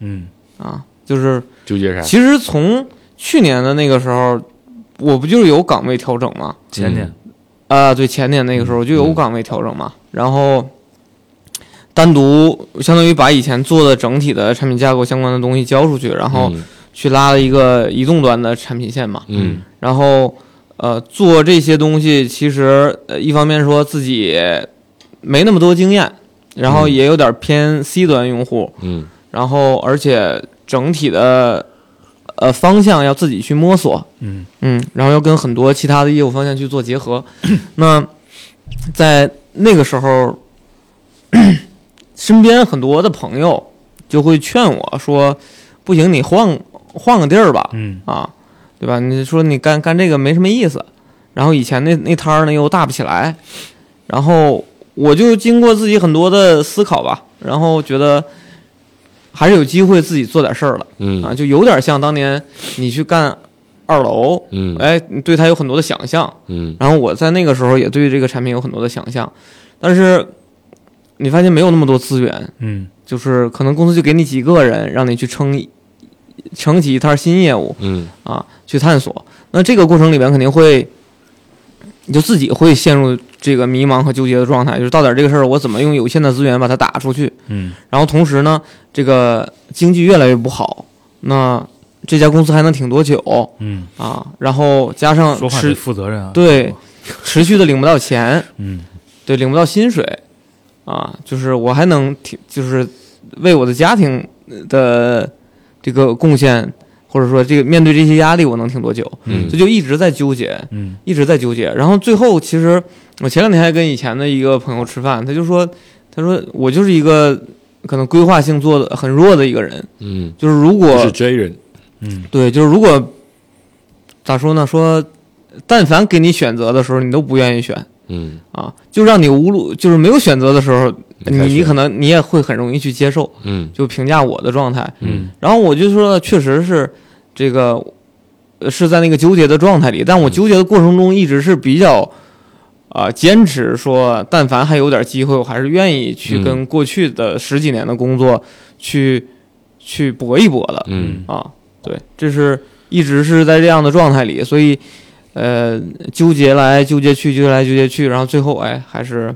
嗯啊，就是纠啊结啥？其实从去年的那个时候，我不就是有岗位调整吗？前年，啊，对，前年那个时候就有嗯岗位调整嘛，然后单独相当于把以前做的整体的产品架构相关的东西交出去，然后嗯去拉了一个移动端的产品线嘛，嗯然后呃做这些东西，其实呃一方面说自己没那么多经验，然后嗯也有点偏 C 端用户，嗯然后而且整体的呃方向要自己去摸索，嗯嗯，然后要跟很多其他的业务方向去做结合。那在那个时候， 身边很多的朋友就会劝我说：“不行，你换换个地儿吧，嗯啊，对吧？你说你干干这个没什么意思。”然后以前那那摊儿呢又大不起来，然后我就经过自己很多的思考吧，然后觉得还是有机会自己做点事儿了。嗯啊，就有点像当年你去干二楼，嗯哎，你对它有很多的想象。嗯然后我在那个时候也对这个产品有很多的想象，但是你发现没有那么多资源，嗯就是可能公司就给你几个人，让你去撑一撑起一摊新业务嗯啊，去探索。那这个过程里边肯定会，你就自己会陷入这个迷茫和纠结的状态，就是到底这个事儿我怎么用有限的资源把它打出去？嗯然后同时呢，这个经济越来越不好，那这家公司还能挺多久嗯，啊？然后加上说话得持负责任啊。对，持续的领不到钱，嗯对，领不到薪水，啊，就是我还能挺，就是为我的家庭的这个贡献，或者说这个面对这些压力，我能挺多久？嗯这就一直在纠结，嗯一直在纠结。然后最后，其实我前两天还跟以前的一个朋友吃饭，他就说，他说我就是一个可能规划性做的很弱的一个人，嗯，就是如果我是 J 人，嗯对，就是如果咋说呢？说但凡给你选择的时候，你都不愿意选。嗯，啊，就让你无路，就是没有选择的时候，你开你始可能你也会很容易去接受，嗯就评价我的状态。嗯然后我就说，确实是这个呃是在那个纠结的状态里，嗯但我纠结的过程中一直是比较啊、坚持说，但凡还有点机会，我还是愿意去嗯跟过去的十几年的工作去、去搏一搏的嗯啊。对，这是一直是在这样的状态里，所以呃，纠结来纠结去，纠结来纠结去，然后最后哎，还是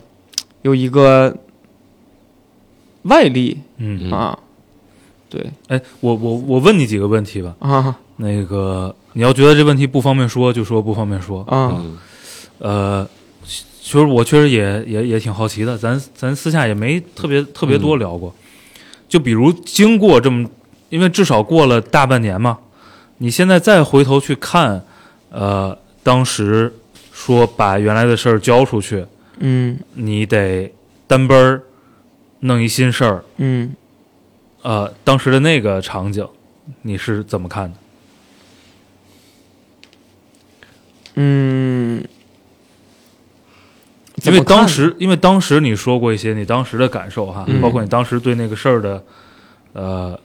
有一个外力嗯。嗯啊，对哎，我我我问你几个问题吧。啊那个你要觉得这问题不方便说，就说不方便说。啊，嗯呃，其实我确实也也也挺好奇的，咱咱私下也没特别特别多聊过。就比如经过这么，因为至少过了大半年嘛，你现在再回头去看，呃，当时说把原来的事儿交出去，嗯你得单奔儿弄一新事儿，嗯，呃，当时的那个场景，你是怎么看的？嗯，因怎为么看当时，因为当时你说过一些你当时的感受哈，嗯包括你当时对那个事儿的，呃，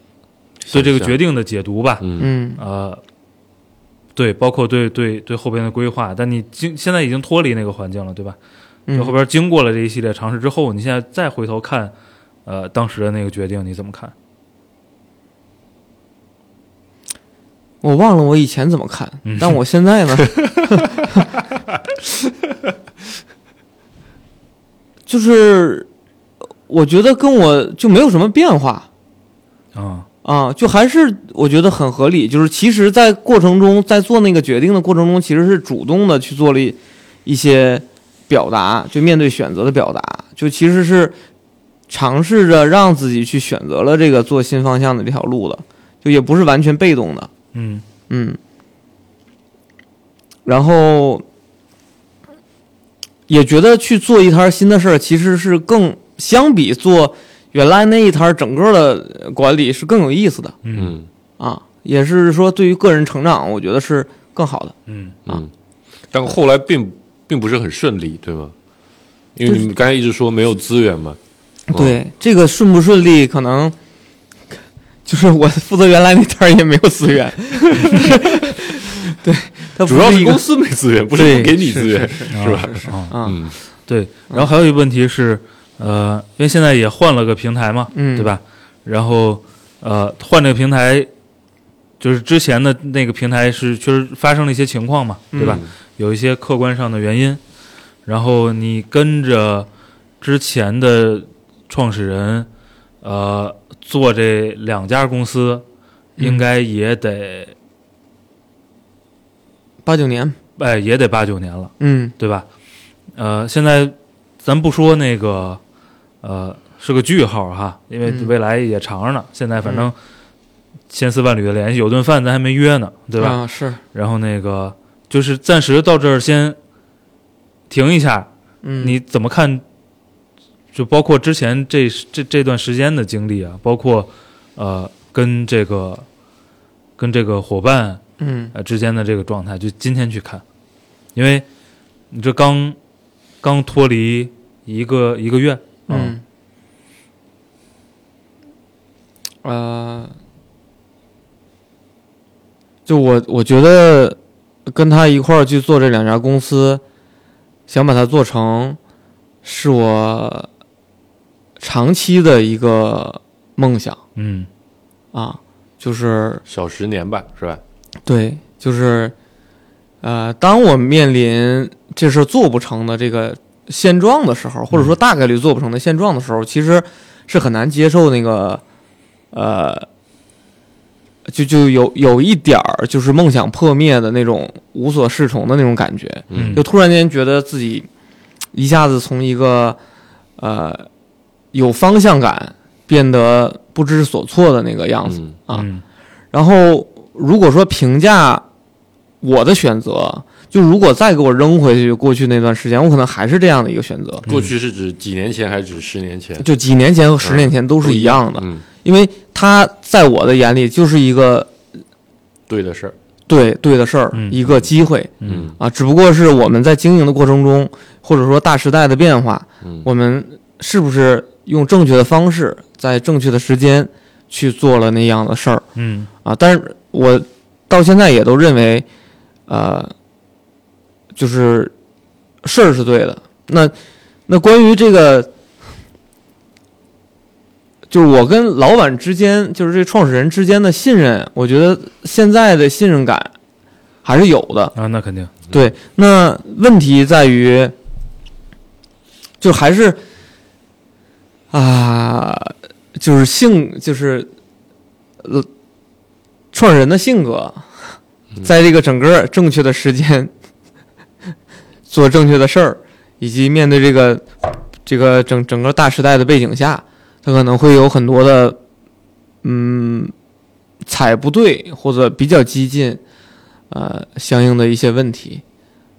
对这个决定的解读吧，嗯嗯呃，对，包括对对对后边的规划，但你经现在已经脱离那个环境了，对吧？就后嗯，边经过了这一系列尝试之后，你现在再回头看，呃，当时的那个决定你怎么看？我忘了我以前怎么看，但我现在呢，就是我觉得跟我就没有什么变化，啊，啊，就还是我觉得很合理。就是其实，在过程中，在做那个决定的过程中，其实是主动的去做了一一些表达，就面对选择的表达，就其实是尝试着让自己去选择了这个做新方向的这条路的，就也不是完全被动的。嗯嗯，然后也觉得去做一摊新的事儿，其实是更相比做原来那一摊整个的管理是更有意思的嗯嗯啊，也是说对于个人成长，我觉得是更好的。嗯嗯，但后来并并不是很顺利，对吗？因为你们刚才一直说没有资源嘛，嗯对这个顺不顺利，可能 就是我负责原来那摊儿也没有资源， 对，它不主要是是一个公司没资源，不是对不给你资源，啊是吧？啊，啊，嗯对，然后还有一个问题是，呃，因为现在也换了个平台嘛，嗯对吧？然后呃，换这个平台，就是之前的那个平台是确实发生了一些情况嘛，对嗯吧？有一些客观上的原因，然后你跟着之前的创始人，呃，做这两家公司，嗯应该也得、八九年，哎也得八九年了。嗯对吧？呃，现在咱不说那个，呃，是个句号哈，因为嗯未来也长着呢。现在反正千丝万缕的联系，有顿饭咱还没约呢，对吧？啊是，然后那个就是暂时到这儿先停一下，嗯你怎么看？就包括之前这这这段时间的经历啊，包括呃跟这个跟这个伙伴嗯呃之间的这个状态，就今天去看，因为你这刚刚脱离一个一个月，嗯，呃，就我我觉得跟他一块儿去做这两家公司，想把它做成，是我长期的一个梦想嗯啊，就是小十年吧，是吧？对，就是，呃，当我面临这事儿做不成的这个现状的时候，或者说大概率做不成的现状的时候，其实是很难接受那个，呃，就就有有一点儿就是梦想破灭的那种无所适从的那种感觉，嗯就突然间觉得自己一下子从一个呃有方向感变得不知所措的那个样子。嗯啊嗯然后如果说评价我的选择，就如果再给我扔回去过去那段时间，我可能还是这样的一个选择。过去是指几年前还是指十年前？就几年前和十年前都是一样的，嗯，因为他在我的眼里就是一个对的事儿。对对的事儿，嗯一个机会嗯啊，只不过是我们在经营的过程中，或者说大时代的变化，嗯我们是不是用正确的方式，在正确的时间去做了那样的事儿？嗯啊，但是我到现在也都认为，呃，就是事儿是对的。那那关于这个，就是我跟老板之间，就是这创始人之间的信任，我觉得现在的信任感还是有的。啊，那肯定，对，那问题在于，就还是啊，就是性，就是呃，创始人的性格，在这个整个正确的时间做正确的事儿，以及面对这个这个整整个大时代的背景下，他可能会有很多的嗯踩不对或者比较激进。呃相应的一些问题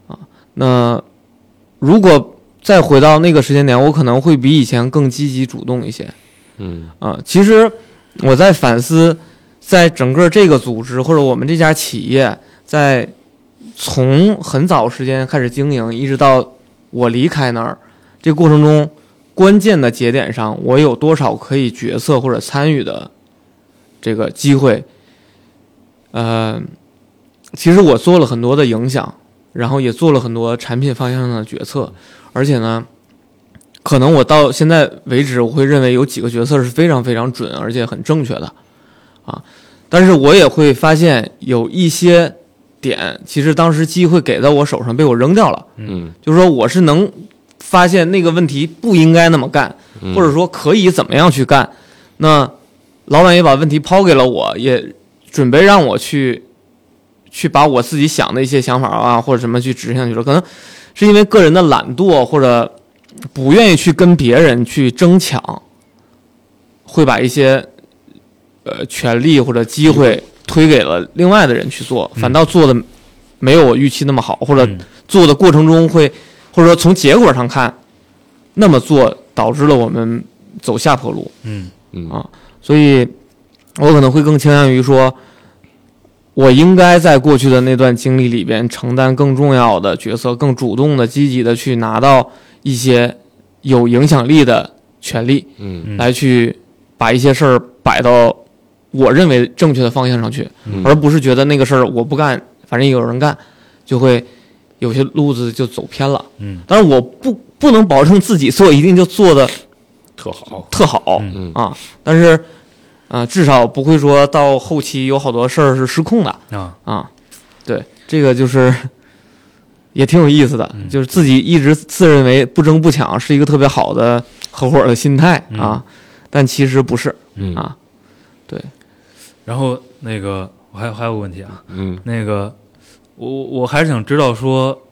啊。那如果再回到那个时间点，我可能会比以前更积极主动一些嗯啊。其实我在反思，在整个这个组织或者我们这家企业，在从很早时间开始经营，一直到我离开那儿，这个过程中。关键的节点上，我有多少可以角色或者参与的这个机会？呃，其实我做了很多的影响，然后也做了很多产品方向上的决策，而且呢，可能我到现在为止，我会认为有几个决策是非常非常准，而且很正确的，啊，但是我也会发现有一些点，其实当时机会给到我手上被我扔掉了，嗯，就是说我是能发现那个问题不应该那么干，嗯或者说可以怎么样去干，那老板也把问题抛给了我，也准备让我去去把我自己想的一些想法啊或者什么去执行下去了。可能是因为个人的懒惰或者不愿意去跟别人去争抢，会把一些呃权利或者机会推给了另外的人去做，反倒做的没有我预期那么好，或者嗯做的过程中会或者说从结果上看，那么做导致了我们走下坡路。嗯所以我可能会更倾向于说，我应该在过去的那段经历里边承担更重要的角色，更主动的、积极的去拿到一些有影响力的权利，嗯嗯来去把一些事儿摆到我认为正确的方向上去，嗯而不是觉得那个事儿我不干，反正有人干，就会有些路子就走偏了。嗯，但是我不不能保证自己做一定就做的特好。特好，嗯啊，但是啊、至少不会说到后期有好多事儿是失控的啊，啊。对，这个就是也挺有意思的，嗯就是自己一直自认为不争不抢是一个特别好的合伙的心态嗯啊，但其实不是嗯啊。然后那个我还有还有个问题啊，嗯那个我我我还是想知道说，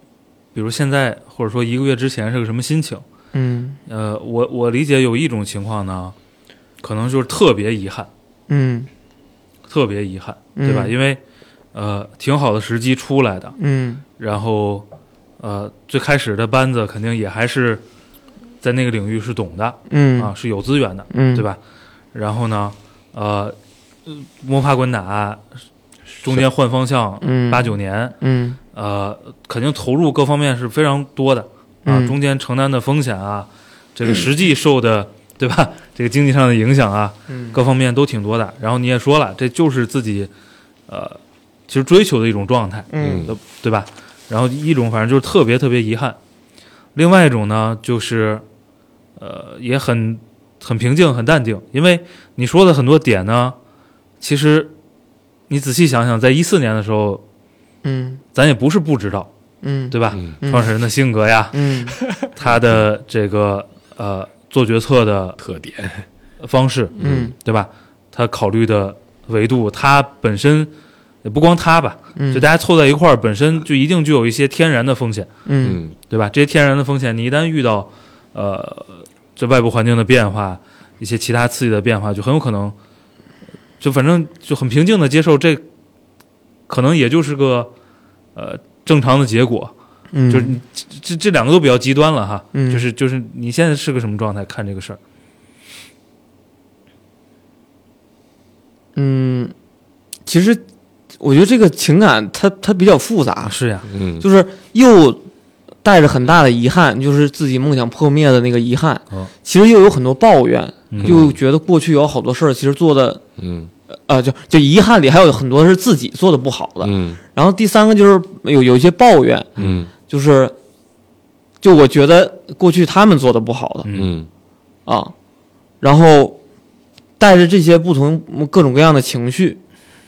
比如现在或者说一个月之前是个什么心情？嗯呃，我我理解有一种情况呢，可能就是特别遗憾，嗯特别遗憾，对吧？嗯因为呃，挺好的时机出来的，嗯然后呃，最开始的班子肯定也还是在那个领域是懂的嗯啊，是有资源的，嗯，对吧？然后呢，呃，摸爬滚打，中间换方向，嗯八九年，嗯呃，肯定投入各方面是非常多的啊，嗯中间承担的风 险啊，这个实际受的、对吧？这个经济上的影响啊，嗯各方面都挺多的。然后你也说了，这就是自己呃其实追求的一种状态，嗯呃对吧？然后一种反正就是特别特别遗憾，另外一种呢就是，呃，也很很平静很淡定，因为你说的很多点呢，其实你仔细想想，在一四年的时候，嗯咱也不是不知道，嗯，对吧？嗯，创始人的性格呀，嗯他的这个呃做决策的特点，方式，嗯对吧？他考虑的维度，他本身也不光他吧，嗯，就大家凑在一块儿，本身就一定具有一些天然的风险，嗯嗯对吧？这些天然的风险，你一旦遇到呃这外部环境的变化，一些其他刺激的变化，就很有可能，就反正就很平静的接受这，可能也就是个呃正常的结果，嗯，就是你这这这两个都比较极端了哈，嗯就是就是你现在是个什么状态看这个事儿，嗯，其实我觉得这个情感它它比较复杂，啊是呀，嗯，就是又带着很大的遗憾，就是自己梦想破灭的那个遗憾啊哦，其实又有很多抱怨，嗯又觉得过去有好多事儿其实做的。嗯呃，就就遗憾里还有很多是自己做的不好的，嗯然后第三个就是呃有有一些抱怨，嗯就是就我觉得过去他们做的不好的，嗯啊，然后带着这些不同各种各样的情绪，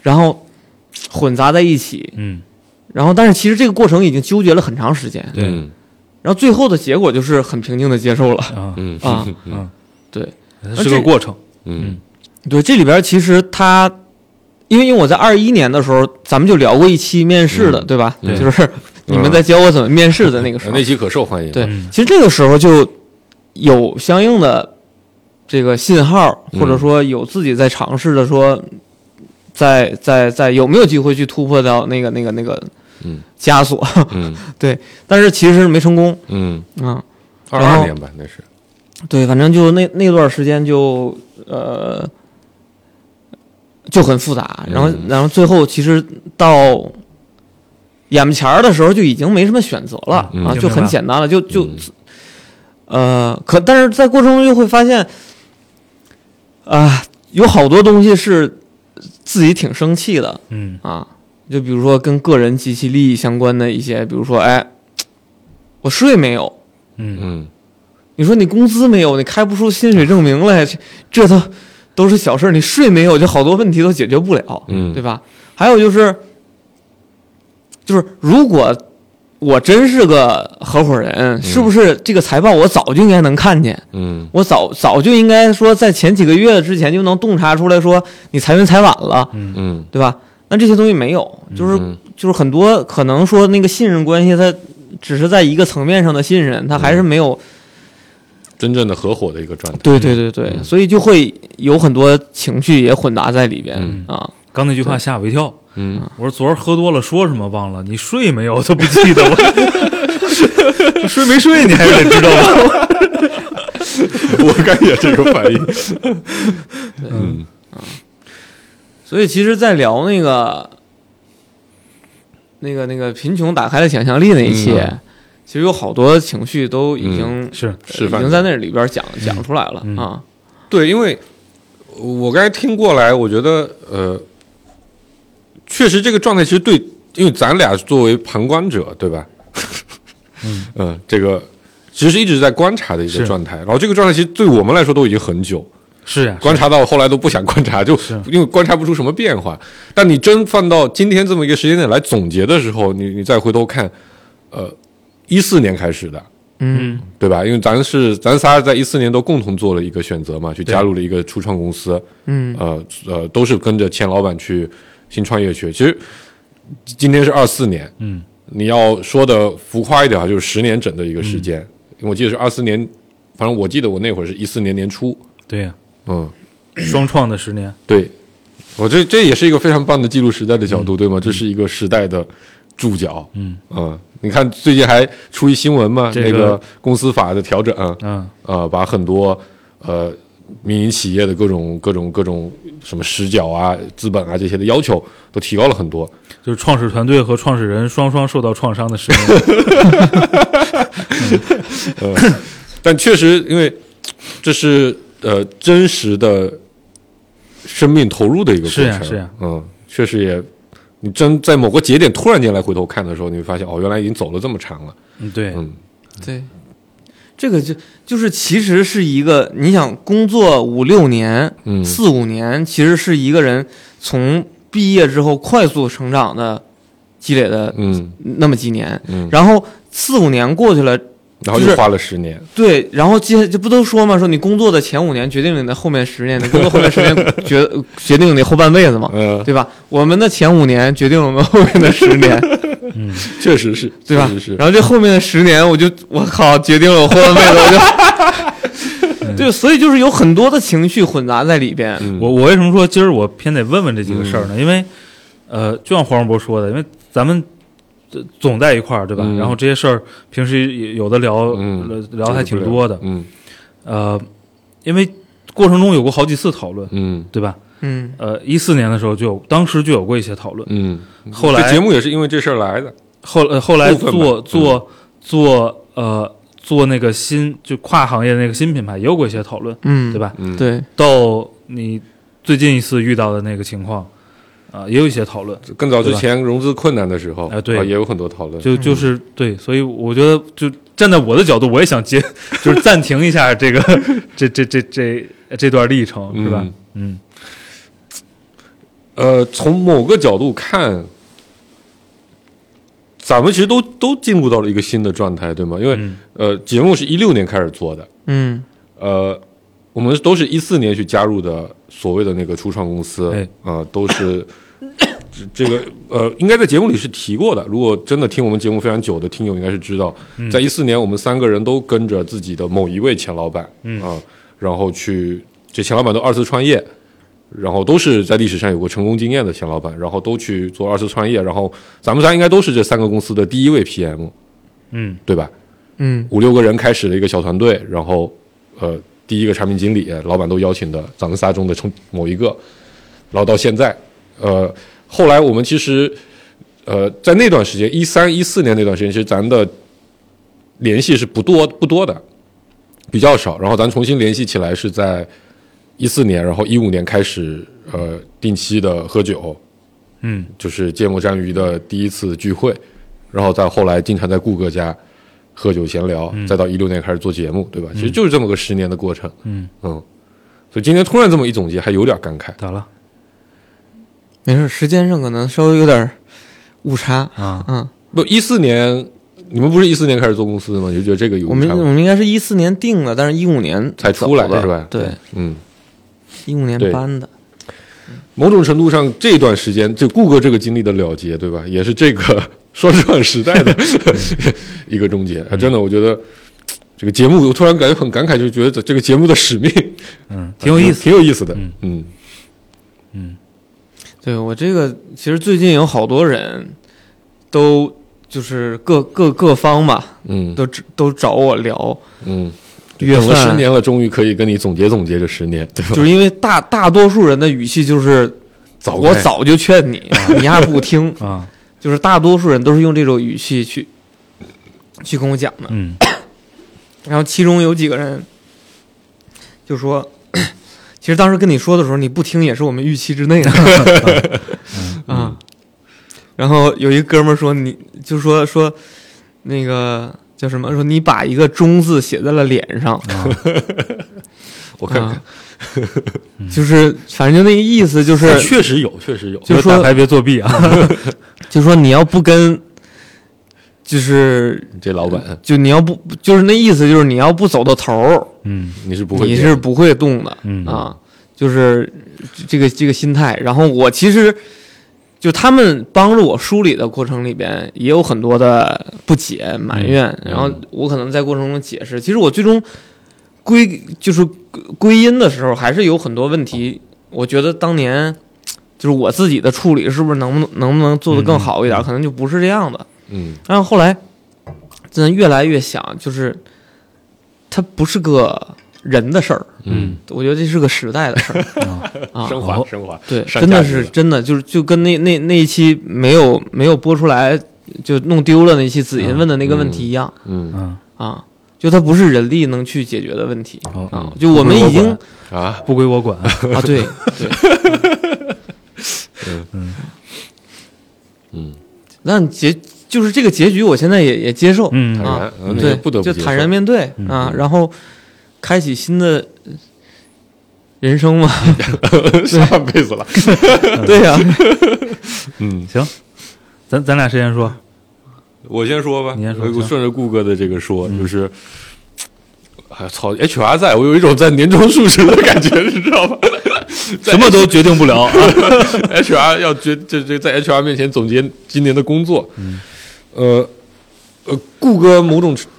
然后混杂在一起，嗯然后但是其实这个过程已经纠结了很长时间，对嗯然后最后的结果就是很平静的接受了。 啊，嗯啊嗯对它那是这个过程，嗯对，这里边其实他，因为因为我在二一年的时候，咱们就聊过一期面试的，对吧？嗯对就是你们在教我怎么面试的那个时候，呃那期可受欢迎，对嗯，其实这个时候就有相应的这个信号，嗯或者说有自己在尝试着说，在在在有没有机会去突破到那个那个那个嗯枷锁， 嗯但是其实没成功嗯，啊、二然二后年吧，那是，对，反正就那那段时间就呃就很复杂，然后、嗯然后最后其实到。眼前儿的时候就已经没什么选择了、嗯啊，就就明很白简单了，就就嗯呃，可但是在过程中又会发现，啊、有好多东西是自己挺生气的嗯啊，就比如说跟个人及其利益相关的一些，比如说，哎，我税没有，嗯嗯你说你工资没有，你开不出薪水证明来，这这都都是小事儿，你税没有，就好多问题都解决不了，嗯对吧？还有就是，就是如果我真是个合伙人，是不是这个财报我早就应该能看见？嗯我早早就应该说，在前几个月之前就能洞察出来说你裁员裁晚了，嗯对吧？那这些东西没有，就是、嗯就是很多可能说那个信任关系，它只是在一个层面上的信任，它嗯还是没有。真正的合伙的一个状态，对对对对，嗯所以就会有很多情绪也混杂在里边、嗯啊。刚那句话吓我一跳，嗯我说昨儿喝多了说什么忘了，你睡没有都不记得了， 这睡没睡你还是得知道吧？ 我感觉这个反应，嗯所以其实，在聊那个那个那个贫穷打开了想象力那一期，嗯其实有好多情绪都已经、呃是示已范经在那里边讲、讲出来了、嗯啊。对，因为我刚才听过来，我觉得呃，确实这个状态其实对，因为咱俩作为旁观者，对吧？ 嗯、这个其实一直在观察的一个是状态，然后这个状态其实对我们来说都已经很久，是呀，观察到后来都不想观察，就因为观察不出什么变化。但你真放到今天这么一个时间点来总结的时候，你你再回头看，呃，一四年开始的，嗯对吧？因为咱是咱仨在一四年都共同做了一个选择嘛，去对加入了一个初创公司，嗯呃呃，都是跟着前老板去新创业去。其实今天是二四年，嗯，你要说的浮夸一点啊，就是十年整的一个嗯时间。因为我记得是二四年，反正我记得我那会儿是一四年年初，对呀，嗯，双创的十年，对，我这这也是一个非常棒的记录时代的角度，对吗？这是一个时代的注脚，嗯嗯，你看最近还出一新闻嘛，这个那个公司法的调整，嗯，呃，把很多呃民营企业的各种各种各种什么实缴啊、资本啊这些的要求都提高了很多。就是创始团队和创始人双双受到创伤的十年，但确实，因为这是呃真实的生命投入的一个过是呀程，是呀嗯，确实也你真在某个节点突然间来回头看的时候，你会发现哦，原来已经走了这么长了。嗯，对，嗯，对，这个就就是其实是一个，你想工作五六年，嗯四五年，其实是一个人从毕业之后快速成长的积累的嗯，那么几年，嗯然后四五年过去了，然后就又是花了十年，对，然后接这不都说嘛，说你工作的前五年决定了你的后面十年，你工作后面十年决 决定了你后半辈子嘛，嗯，对吧？我们的前五年决定了我们后面的十 年，确实是，对吧确实？是，然后这后面的十年，我就我靠，决定了我后半辈子，我 就对，所以就是有很多的情绪混杂在里边。嗯我我为什么说今儿我偏得问问这几个事儿呢？因为，呃，就像黄世博说的，因为咱们呃总在一块儿，对吧？嗯然后这些事儿平时也有的聊，嗯呃聊的还挺多的。嗯呃，因为过程中有过好几次讨论，嗯对吧？嗯，呃，一四年的时候就有，当时就有过一些讨论。嗯，后这节来目也是因为这事儿来的，后呃后来部分吧做嗯做做呃做那个新就跨行业那个新品牌也有过一些讨论，嗯对吧？嗯，对，到你最近一次遇到的那个情况，啊、也有一些讨论，更早之对吧前融资困难的时候，啊哎对也有很多讨论，就就是对，所以我觉得就站在我的角度，我也想接， 就是暂停一下这个 这这这这这段历程，是吧嗯？嗯呃，从某个角度看，咱们其实都都进入到了一个新的状态，对吗？因为、嗯呃，节目是一六年开始做的，嗯呃，我们都是一四年去加入的所谓的那个初创公司，哎啊、都是这这个呃，应该在节目里是提过的。如果真的听我们节目非常久的听友，应该是知道，嗯在一四年我们三个人都跟着自己的某一位前老板，嗯啊、然后去这前老板都二次创业。然后都是在历史上有过成功经验的前老板，然后都去做二次创业，然后咱们仨应该都是这三个公司的第一位 PM，嗯对吧？嗯五六个人开始了一个小团队，然后呃，第一个产品经理老板都邀请的咱们仨中的从某一个，然后到现在，呃，后来我们其实呃在那段时间一三一四年那段时间，其实咱的联系是不多不多的，比较少。然后咱重新联系起来是在一四年，然后一五年开始呃定期的喝酒，嗯就是芥末章鱼的第一次聚会，然后再后来经常在顾哥家喝酒闲聊，再到一六年开始做节目，对吧？其实就是这么个十年的过程，嗯，嗯。所以今天突然这么一总结，还有点感慨。咋了没事，时间上可能稍微有点误差。啊？嗯，不，一四年你们不是一四年开始做公司的吗？你就觉得这个有我们差吗我们应该是一四年定的，但是一五年才出来走的是吧对，嗯，一五年对搬的。某种程度上这段时间，这顾哥这个经历的了结，对吧？也是这个 双创时代的嗯 一个终结。啊，真的，我觉得这个节目，我突然感觉很感慨，就觉得这个节目的 使命嗯，挺有意思。挺有意思的嗯。嗯，对我这个，其实最近有好多人都就是各各各方吧，嗯都都找我聊嗯，月等了份十年了，终于可以跟你总结总结这十年，对吧？就是因为大大多数人的语气就是，早我该早就劝你，你还不听，啊，就是大多数人都是用这种语气去去跟我讲的。 嗯然后其中有几个人就说， 其实当时跟你说的时候，你不听也是我们预期之内的 啊。然后有一哥们儿说，你就说说那个叫什么？说你把一个“中”字写在了脸上。我看看啊， 就是反正就那个意思，就是确实有，确实有。就大说牌别作弊啊！就说你要不跟，就是这老板，就你要不就是那意思，就是你要不走到头儿，嗯你是不会你变，是不会动的、嗯啊，就是这个这个心态。然后我其实就他们帮着我梳理的过程里边，也有很多的不解、埋嗯怨，然后我可能在过程中解释。其实我最终归就是归因的时候，还是有很多问题。我觉得当年就是我自己的处理，是不是能不能能不能做得更好一点？可能就不是这样的。嗯然后后来真的越来越想，就是它不是个人的事儿，嗯，我觉得这是个时代的事儿啊。升华升华，对，上真价的值是了真的，就是就跟那那那一期没有没有播出来就弄丢了那期子银问的那个问题一样、嗯哦嗯啊，就它不是人力能去解决的问题好啊。就我们已经啊，不归我管。啊，对对，嗯那结就是这个结局，我现在也也接受，嗯坦啊然，嗯对，不得不就接坦受然面对啊，然后开启新的呃人生嘛， 上辈子了。 对呀，嗯，行，咱咱俩谁先说？我先说吧，你先说我行嗯顺着顾哥的这个说，就是，哎呀操，HR 在我有一种在年终述职的感觉，你 知道吗？什么都决定不 了。 HR 要决这这在 HR 面前总结今年的工作，嗯呃呃，顾哥某种程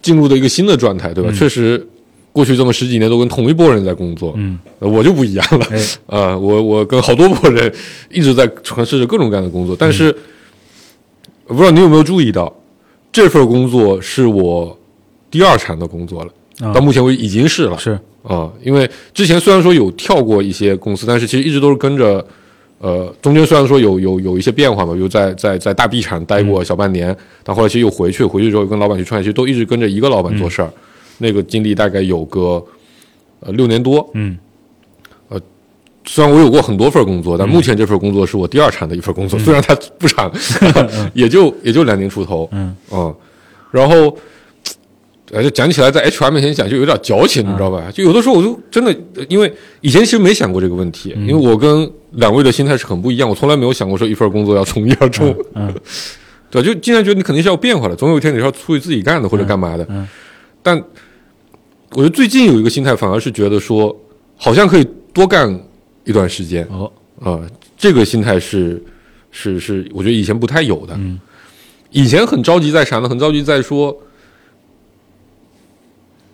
进入的一个新的状态，对嗯吧？确实，过去这么十几年都跟同一波人在工作，嗯呃，我就不一样了，哎 呃，我我跟好多波人一直在从事着各种各样的工作，但嗯是、我不知道你有没有注意到，这份工作是我第二产的工作了，啊到目前为止已经是了，是，啊、因为之前虽然说有跳过一些公司，但是其实一直都是跟着，呃，中间虽然说有有有一些变化嘛，比如在在在大 B 厂待过小半年，但后来其实又回去，回去之后跟老板去创业，其实都一直跟着一个老板做事儿，那个经历大概有个呃六年多。嗯虽然我有过很多份工作，但目前这份工作是我第二产的一份工作，虽然它不长，也就也就两年出头。嗯嗯，然后，哎，就讲起来，在 HR 面前讲就有点矫情，你知道嗯吧？就有的时候我就真的，呃因为以前其实没想过这个问题，嗯因为我跟两位的心态是很不一样，我从来没有想过说一份工作要从一而终，嗯 对，就经常觉得你肯定是要变化的，总有一天你是要出去自己干的或者干嘛的。嗯嗯但我觉得最近有一个心态，反而是觉得说，好像可以多干一段时间。哦啊、这个心态是是是，我觉得以前不太有的。嗯以前很着急在啥呢？很着急在说，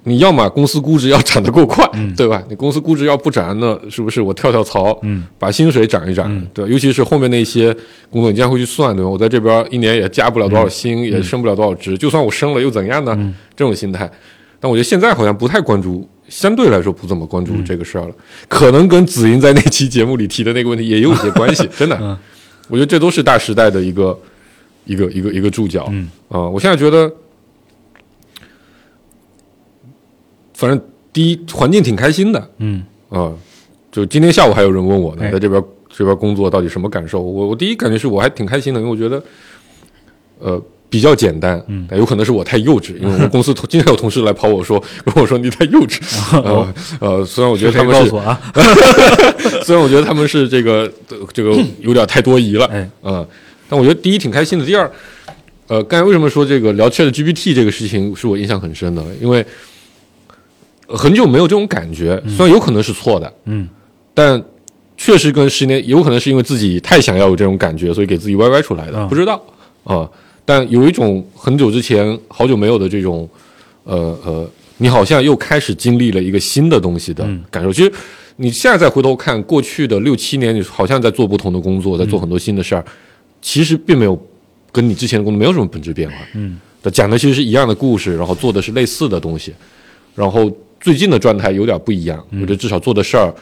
你要么公司估值要涨得够快，对吧？你公司估值要不涨，那是不是我跳跳槽，嗯把薪水涨一涨，嗯对吧？尤其是后面那些工作，你经常会去算，对吧？我在这边一年也加不了嗯多少薪，也升不了多少职，就算我升了又怎样呢？这种心态。但我觉得现在好像不太关注，相对来说不怎么关注嗯这个事儿了，可能跟子英在那期节目里提的那个问题也有一些 关系，真的。我觉得这都是大时代的一个一个一个一个注脚。嗯啊、我现在觉得，反正第一环境挺开心的啊、嗯就今天下午还有人问我呢，哎在这边这边工作到底什么感受？我我第一感觉是我还挺开心的，因为我觉得，呃。比较简单，嗯，有可能是我太幼稚，因为我们公司同 经常有同事来跑我说，跟我说你太幼稚，呃呃，虽然我觉得他哦谁们告是诉我啊？虽然我觉得他们是这个呃这个有点太多疑了，哎嗯，但我觉得第一挺开心的，第二，呃，刚才为什么说这个聊 Chat GPT 这个事情是我印象很深的，因为呃很久没有这种感觉，虽然有可能是错的，嗯但确实跟十年有可能是因为自己太想要有这种感觉，所以给自己歪歪出来的，嗯不知道啊、但有一种很久之前好久没有的这种，呃呃，你好像又开始经历了一个新的东西的嗯感受。其实你现在再回头看过去的六七年，你好像在做不同的工作，在做很多新的事儿，其实并没有跟你之前的工作没有什么本质变化。嗯，讲的其实是一样的故事，然后做的是类似的东西，然后最近的状态有点不一样，嗯我觉得至少做的事儿。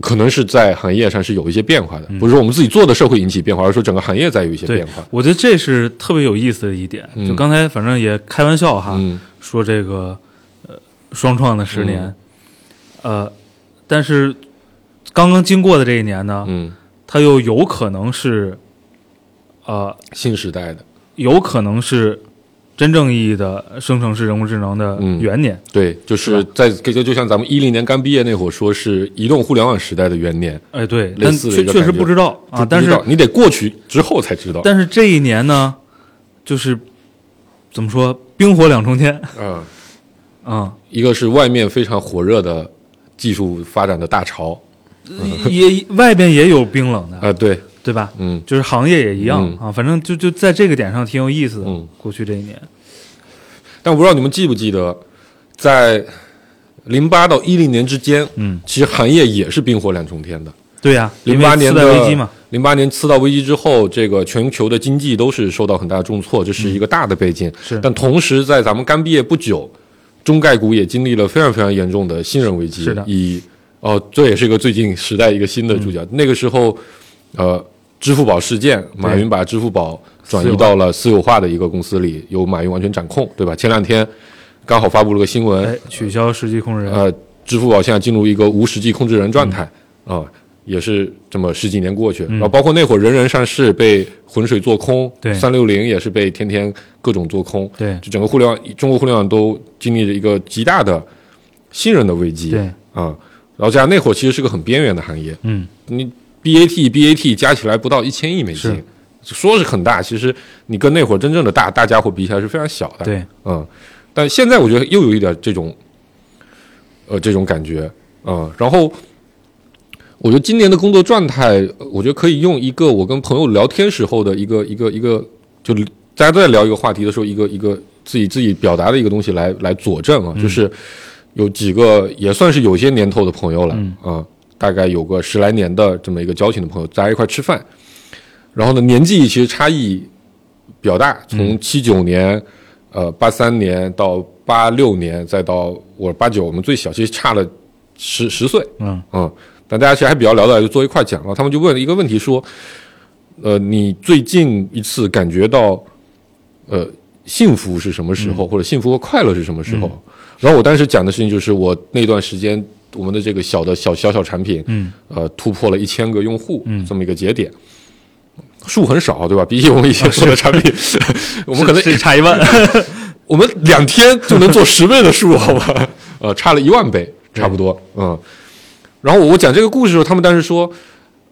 可能是在行业上是有一些变化的，不是说我们自己做的事儿会引起变化，而是说整个行业在有一些嗯对变化，。我觉得这是特别有意思的一点。嗯就刚才反正也开玩笑哈，嗯说这个呃双创的十年，嗯呃，但是刚刚经过的这一年呢，嗯，它又有可能是呃新时代的，有可能是真正意义的生成式人工智能的嗯元年。对，就是在就就像咱们一零年刚毕业那会儿说是移动互联网时代的元年，哎，对，类但似的确一个确实感觉不知道啊，但不知是道你得过去之后才知道。但是这一年呢，就是怎么说，冰火两重天嗯，啊、 一个是外面非常火热的技术发展的大潮也外边也有冰冷啊、的，对，对吧？嗯，就是行业也一样、嗯啊，反正就就在这个点上挺有意思的。嗯过去这一年，但我不知道你们记不记得，在零八到一零年之间，嗯，其实行业也是冰火两重天的。对呀、因零为八年次贷的危机嘛，，零八年次贷危机之后，这个全球的经济都是受到很大的重挫，这是一个大的背景。嗯是但同时在咱们刚毕业不久，中概股也经历了非常非常严重的信任危机。是的以哦、这也是一个最近时代一个新的嗯主角。那个时候，呃，支付宝事件，马云把支付宝转移到了私有化的一个公司里，由马云完全掌控，对吧？前两天刚好发布了个新哎闻，呃哎，取消实际控制人，嗯呃，支付宝现在进入一个无实际控制人状态啊、也是这么十几年过去，然后包括那会儿人人上市被浑水做空，对三六零也是被天天各种做空，对就整个互联网中国互联网都经历着一个极大的信任的危机，对啊、然后加上那会儿其实是个很边缘的行业，嗯，你 BAT BAT 加起来不到一千亿美金是，说是很大，其实你跟那会儿真正的大大家伙比起来是非常小的，对，嗯，但现在我觉得又有一点这种，呃，这种感觉，嗯，然后我觉得今年的工作状态，呃我觉得可以用一个我跟朋友聊天时候的一个一个一个，就大家都在聊一个话题的时候，一个一个自己自己表达的一个东西来来佐证啊，就是有几个也算是有些年头的朋友了，嗯、大概有个十来年的这么一个交情的朋友，大家一块吃饭，然后呢，年纪其实差异比较大，从七九年。呃八三年到八六年，再到我八九，我们最小，其实差了十十岁，嗯嗯，但大家其实还比较聊得来，就坐一块讲了。他们就问了一个问题说，呃，你最近一次感觉到呃幸福是什么时嗯候，或者幸福和快乐是什么时候？然后我当时讲的事情就是我那段时间我们的这个小的小小小产品，嗯，呃，突破了一千个用户，嗯，这么一个节点。数很少，对吧？比起我们以前做的 产品，我们可能啊是差 一万，我们两天就能做十倍 的数，好吧？呃，差了一万倍，差不多，嗯。然后我讲这个故事的时候，他们当时说，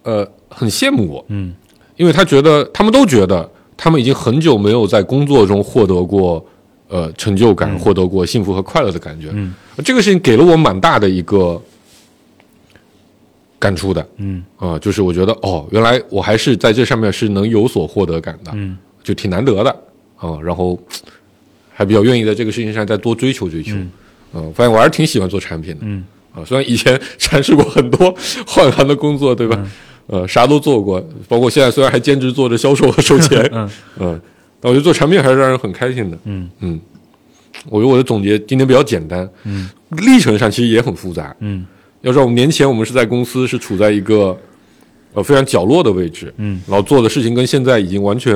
呃，很羡慕我，嗯，因为他觉得他们都觉得他们已经很久没有在工作中获得过呃成就感，获得过幸福和快乐的感觉，嗯，这个事情给了我蛮大的一个感触的，嗯啊、就是我觉得哦，原来我还是在这上面是能有所获得感的，嗯，就挺难得的啊、然后嘖还比较愿意在这个事情上再多追求追求，嗯，发现我还是挺喜欢做产品的，嗯，啊，虽然以前 尝试过很多换行的工作，对吧？嗯呃，啥都做过，包括现在虽然还兼职做着销售和收钱，嗯，但我觉得做产品还是让人很开心的，嗯嗯，我觉得我的总结今天比较简单，嗯，历程上其实也很复杂，嗯要知道，我们年前我们是在公司是处在一个呃非常角落的位置，嗯，然后做的事情跟现在已经完全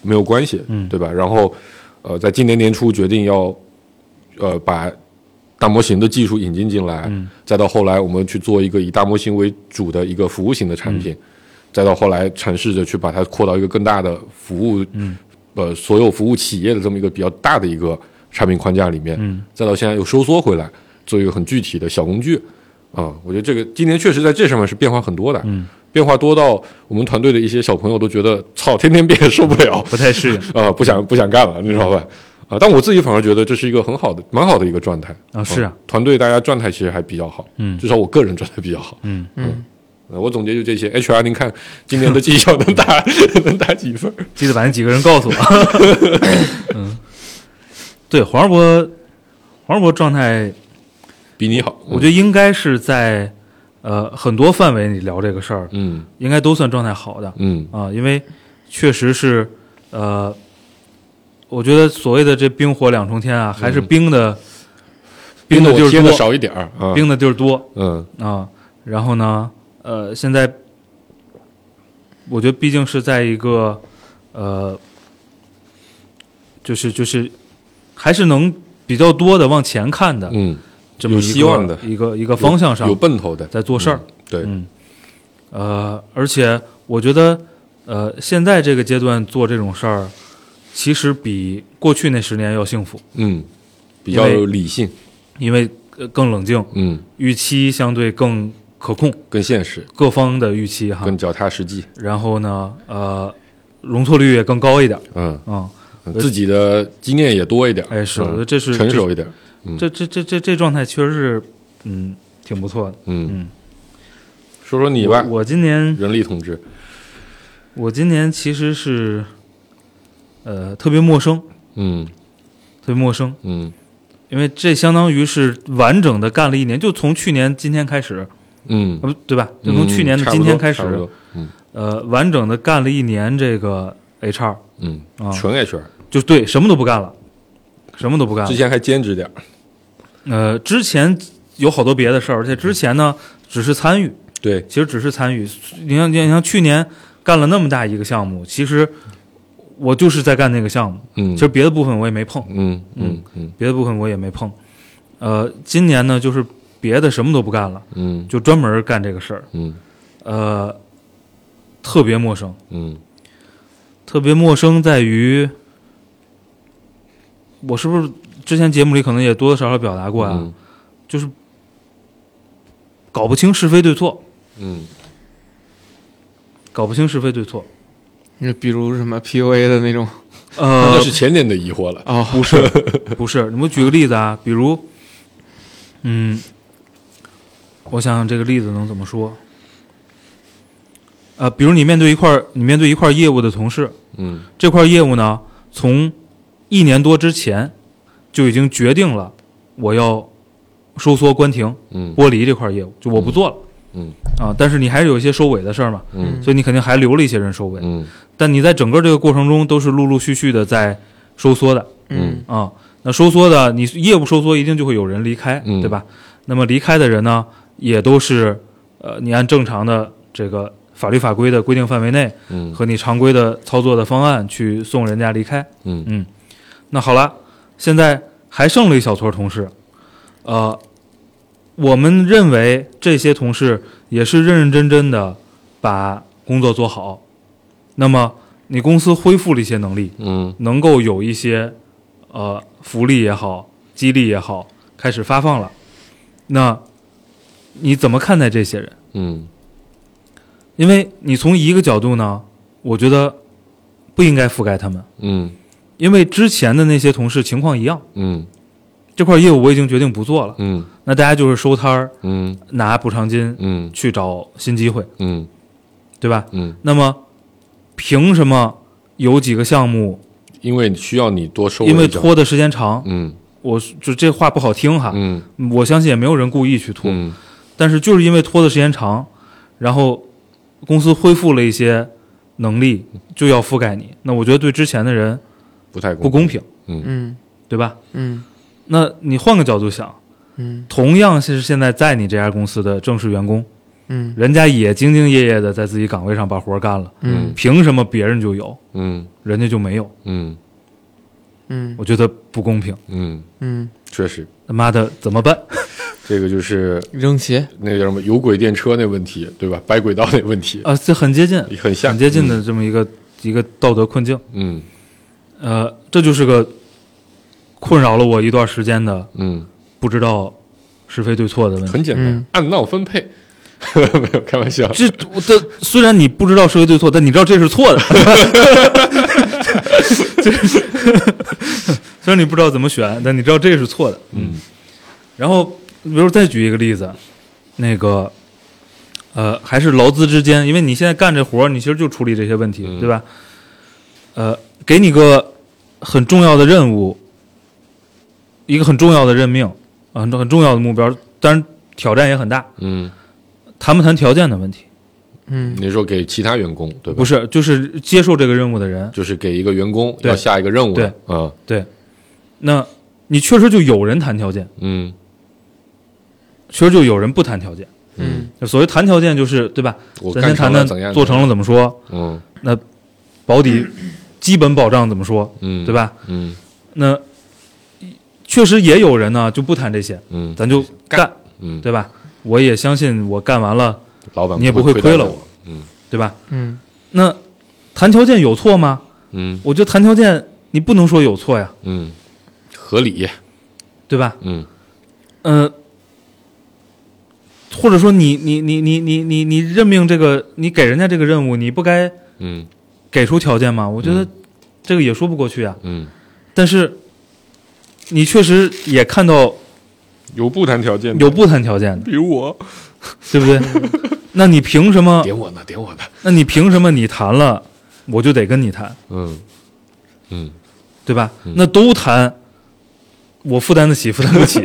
没有关系，嗯对吧？然后呃，在今年年初决定要呃把大模型的技术引进进来，嗯再到后来我们去做一个以大模型为主的一个服务型的产品，嗯再到后来尝试着去把它扩到一个更大的服务，嗯呃，所有服务企业的这么一个比较大的一个产品框架里面，嗯再到现在又收缩回来，做一个很具体的小工具。啊、我觉得这个今年确实在这上面是变化很多的，嗯，变化多到我们团队的一些小朋友都觉得操，天天变受不了，不太 适应啊、不想不想干了，你知道吧？啊、但我自己反而觉得这是一个很好的、蛮好的一个状态。啊，是啊嗯，团队大家状态其实还比较好，嗯至少我个人状态比较好。嗯嗯呃我总结就这些，HR 您看今年的绩效能打 能打几分？记得把那几个人告诉我。嗯， 对，黄世博，黄世博状态，比你好，我觉得应该是在呃很多范围里聊这个事儿，嗯应该都算状态好的嗯啊，因为确实是呃，我觉得所谓的这冰火两重天啊，还是冰的，冰的的就我是嗯贴的多，少一点儿啊，冰的就是多，嗯啊，然后呢，呃，现在我觉得毕竟是在一个呃，就是就是还是能比较多的往前看的、嗯，这么一有个希望的一个一个方向上有奔头的，在做事儿，对，嗯，呃，而且我觉得呃，现在这个阶段做这种事儿，其实比过去那十年要幸福，嗯，比较因为理性，因为呃更冷静，嗯，预期相对更可控，更现实，各方的预期哈，更脚踏实地，然后呢，呃，容错率也更高一点嗯，啊、自己的经验也多一点，哎是嗯我觉得这是成熟一点，这这这这这状态确实是，嗯，挺不错的。嗯嗯，说说你吧我，我今年人力同志，我今年其实是，呃，特别陌生，嗯特别陌生，嗯因为这相当于是完整的干了一年，就从去年今天开始，嗯呃，不对吧？就嗯从去年的差不今多天开始差，不多嗯呃，完整的干了一年这个 HR，嗯啊，纯 HR，就对什么都不干了，什么都不干了之。前还兼职点儿，呃，之前有好多别的事儿，而且之前呢只是参与，对，其实只是参与。你像你像去年干了那么大一个项目，其实我就是在干那个项目，嗯其实别的部分我也没碰，嗯嗯嗯别的部分我也没碰。呃，今年呢就是别的什么都不干了，嗯就专门干这个事儿。嗯呃，特别陌生，嗯特别陌生在于，我是不是之前节目里可能也多多少少表达过啊？嗯就是搞不清是非对错，嗯搞不清是非对错。你比如什么 PUA 的那种呃那，是前年的疑惑了。哦，不是，不是。你们举个例子啊，比如，嗯，我想想这个例子能怎么说？呃，比如你面对一块儿，你面对一块儿业务的同事，嗯这块业务呢，从一年多之前就已经决定了我要收缩、关停、嗯剥离这块业务，就我不做了。嗯啊，但是你还是有一些收尾的事儿嘛，嗯所以你肯定还留了一些人收尾。嗯但你在整个这个过程中都是陆陆续续的在收缩的嗯啊。那收缩的，你业务收缩一定就会有人离开，嗯对吧？那么离开的人呢，也都是呃，你按正常的这个法律法规的规定范围内嗯和你常规的操作的方案去送人家离开。嗯嗯，那好了，现在还剩了一小撮同事，呃，我们认为这些同事也是认认真真的把工作做好，那么你公司恢复了一些能力，嗯能够有一些呃福利也好，激励也好，开始发放了，那你怎么看待这些人？嗯因为你从一个角度呢，我觉得不应该覆盖他们，嗯因为之前的那些同事情况一样。嗯这块业务我已经决定不做了，嗯那大家就是收摊儿嗯拿补偿金嗯去找新机会，嗯对吧？嗯，那么凭什么有几个项目因为需要你多收尾一因为点，拖的时间长，嗯我就这话不好听哈，嗯我相信也没有人故意去拖，嗯但是就是因为拖的时间长，然后公司恢复了一些能力，就要覆盖你，那我觉得对之前的人不太不公平，嗯对吧？嗯那你换个角度想，嗯同样是现在在你这家公司的正式员工。嗯人家也兢兢业业的在自己岗位上把活儿干了，嗯凭什么别人就有，嗯人家就没有？嗯嗯我觉得不公平，嗯，嗯，确实，他妈的怎么办？这个就是扔鞋，那个叫什么有轨电车那问题，对吧？掰轨道那问题，啊，这很接近， 很像，很接近的这么一个、一个道德困境。嗯，呃，这就是个困扰了我一段时间的嗯不知道是非对错的问嗯，题。很简单，嗯按闹分配， 没有开玩笑，这我这虽然你不知道是非对错，但你知道这是错的。这虽然你不知道怎么选，但你知道这是错的。嗯然后，比如再举一个例子，那个，呃，还是劳资之间，因为你现在干这活儿，你其实就处理这些问题，嗯对吧？呃，给你个很重要的任务，一个很重要的任命，啊很很重要的目标，当然挑战也很大。嗯，谈不谈条件的问题，嗯你说给其他员工对吧？不，是，就是接受这个任务的人，就是给一个员工对要下一个任务了，啊，对，那你确实就有人谈条件，嗯确实就有人不谈条件。嗯就所谓谈条件，就是对吧？我咱干先谈成了谈怎样做成了怎么说，嗯那保底基本保障怎么说，嗯，对？吧？嗯那确实也有人呢就不谈这些，嗯咱就干，嗯，对吧？我也相信我干完了，老板你也不不会亏亏待了我，嗯对吧？嗯那谈条件有错吗？嗯我觉得谈条件你不能说有错呀，嗯，合理，对吧？嗯嗯、或者说你你你你你你你任命这个你给人家这个任务，你不该嗯给出条件吗？我觉得这个也说不过去啊。嗯，但是你确实也看到有不谈条件的，有不谈条件的，比如我 对不对？那你凭什么？点我呢，点我呢，那你凭什么你谈了，我就得跟你谈，嗯嗯对吧？那都谈，我负担得起，负担不起，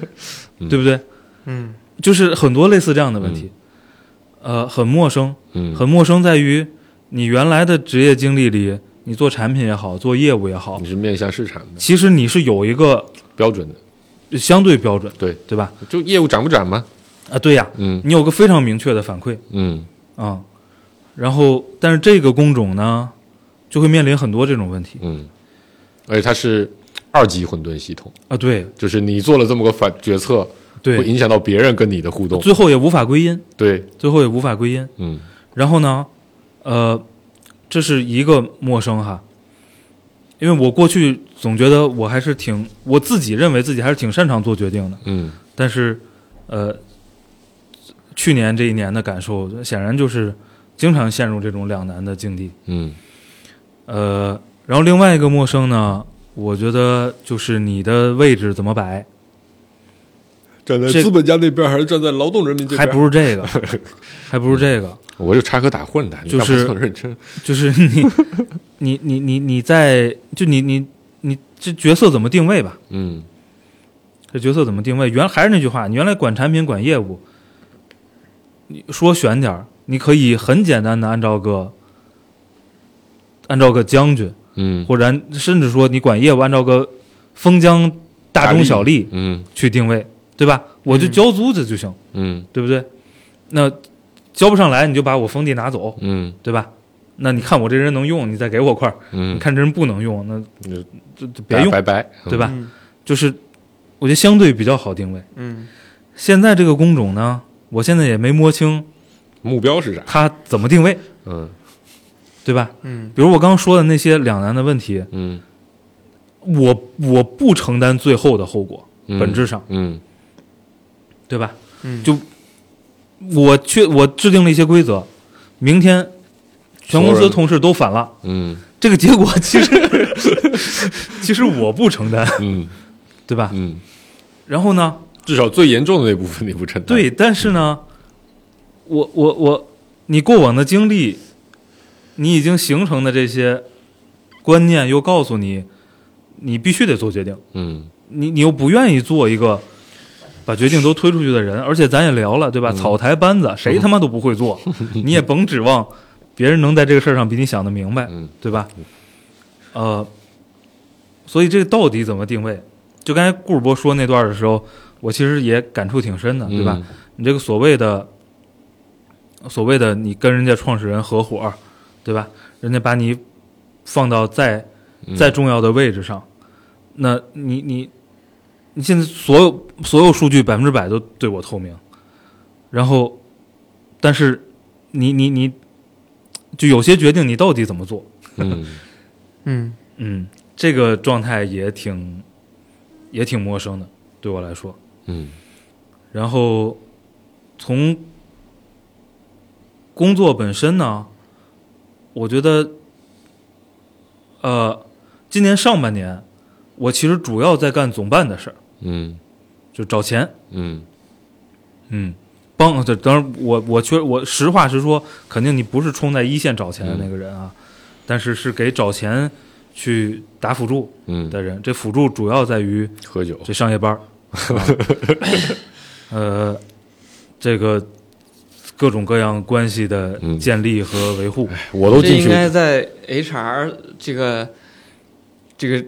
对不对？嗯就是很多类似这样的问题，呃，很陌生，嗯，很陌生在于你原来的职业经历里，你做产品也好，做业务也好哦你，是面向市场的其实你是有一个标准的，相对标准，对，对吧？就业务涨不涨嘛，啊，对呀，嗯你有个非常明确的反馈，嗯啊、然后但是这个工种呢，就会面临很多这种问题嗯，而且它是二级混沌系统。啊。对，就是你做了这么个反决策，对会影响到别人跟你的互动。最后也无法归因，对，最后也无法归因。嗯然后呢，呃，这是一个陌生哈，因为我过去总觉得我还是挺我自己认为自己还是挺擅长做决定的，嗯但是呃，去年这一年的感受显然就是经常陷入这种两难的境地。嗯呃，然后另外一个陌生呢，我觉得就是你的位置怎么摆，站在这资本家那边还是站在劳动人民这还边？不如 这个，还不如这个。我就插科打诨的，你就干嘛是这么认真？就是你你你你你在就你你你这角色怎么定位吧？嗯这角色怎么定位？原还是那句话，你原来管产品管业务，你说玄点儿，你可以很简单的按照个按照个将军，嗯或者按甚至说你管业务按照个封疆大中小吏嗯去定位，对吧？我就交租子就行，嗯对不对？那交不上来，你就把我封地拿走，嗯对吧？那你看我这人能用，你再给我块儿。你嗯，看这人不能用，那你就就别用，拜拜，对吧？嗯就是我觉得相对比较好定位。嗯现在这个工种呢，我现在也没摸清目标是啥？它怎么定位，嗯对吧？嗯比如我刚刚说的那些两难的问题，嗯，我我不承担最后的后果，嗯本质上，嗯对吧？嗯就我确我制定了一些规则，明天全所有公司人 同事都反了，嗯这个结果其实 其实我不承担，嗯对吧？嗯，然后呢，至少最严重的那部分你不承担。对，，但是呢，我我我，你过往的经历，你已经形成的这些观念，又告诉你，你必须得做决定，嗯你你又不愿意做一个把决定都推出去的人，而且咱也聊了，对吧？草台班子，谁他妈都不会做，你也甭指望别人能在这个事儿上比你想的明白，嗯对吧？呃，所以这个到底怎么定位？就刚才顾主播说那段儿的时候，我其实也感触挺深的，嗯对嗯吧？？你这个所谓的所谓的你跟人家创始人合伙儿，对吧？人家把你放到再嗯再重要的位置上，那你你你现在所有所有数据百分之百都对我透明，然后但是你你你就有些决定你到底怎么做，嗯嗯嗯，这个状态也挺也挺陌生的，对我来说。嗯然后从工作本身呢，我觉得，呃，今年上半年我其实主要在干总办的事儿，嗯就找钱，嗯嗯，帮。这当然我，我确我实话实说，肯定你不是冲在一线找钱的那个人啊，但是是给找钱去打辅助嗯，的人。这辅助主要在于喝酒，这上夜班儿，啊 呃，这个各种各样关系的嗯哎建立和维护，我都这进应去该在 HR 这个这个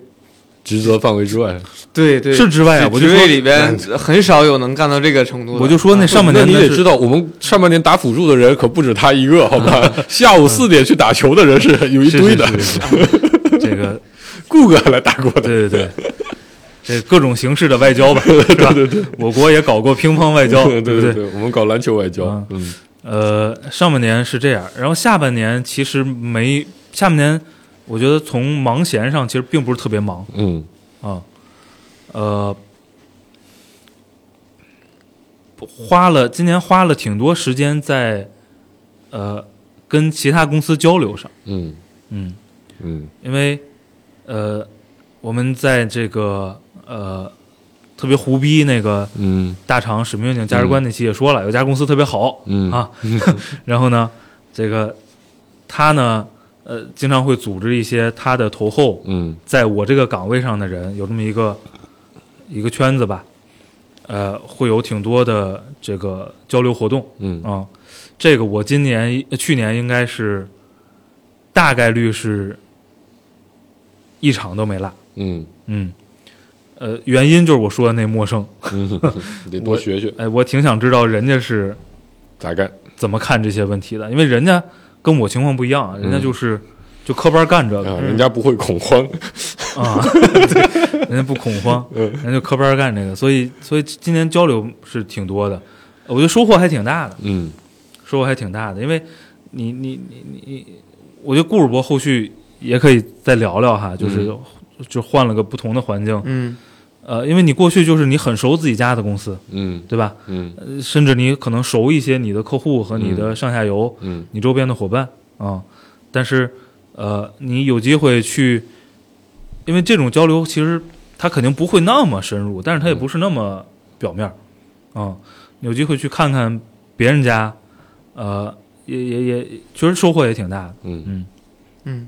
职责范围之外。对对是之外啊职我就职说位里边很少有能干到这个程度的。我就说那上半那年你的得是知道，我们上半年打辅助的人可不止他一个，好吧？下午四点去打球的人是有一是堆的，是是是这个顾哥还来打过的。对对对。这各种形式的外 交吧，是吧？对对我国也搞过乒乓外交，对不对对，我们搞篮球外交啊，嗯呃，上半年是这样，然后下半年其实没，下半年我觉得从忙闲上其实并不是特别忙嗯啊，呃，花了今年花了挺多时间在呃跟其他公司交流上，嗯嗯，嗯因为呃我们在这个呃特别胡逼那个嗯大厂使命愿景价值观那期也说了，有家公司特别好，嗯啊， 然后呢，这个他呢，呃，经常会组织一些他的投后，嗯在我这个岗位上的人，有这么一个一个圈子吧，呃，会有挺多的这个交流活动嗯啊。这个我今年、呃去年应该是大概率是一场都没落，嗯嗯，呃，原因就是我说的那陌生，嗯，你得多学学哎，我挺想知道人家是咋干。怎么看这些问题的，因为人家跟我情况不一样啊，人家就是就科班干这个啊，人家不会恐慌， 啊，对人家不恐慌，人家就科班干这个，所以所以今年交流是挺多的，我觉得收获还挺大的，嗯收获还挺大的，因为你你你你你，我觉得顾世博后续也可以再聊聊哈，就是、就换了个不同的环境，嗯呃，因为你过去就是你很熟自己家的公司，嗯对吧？嗯呃甚至你可能熟一些你的客户和你的上下游，嗯你周边的伙伴啊、但是呃，你有机会去，因为这种交流其实它肯定不会那么深入，但是它也不是那么表面儿啊、你有机会去看看别人家，呃，也也也，其实收获也挺大的。嗯嗯，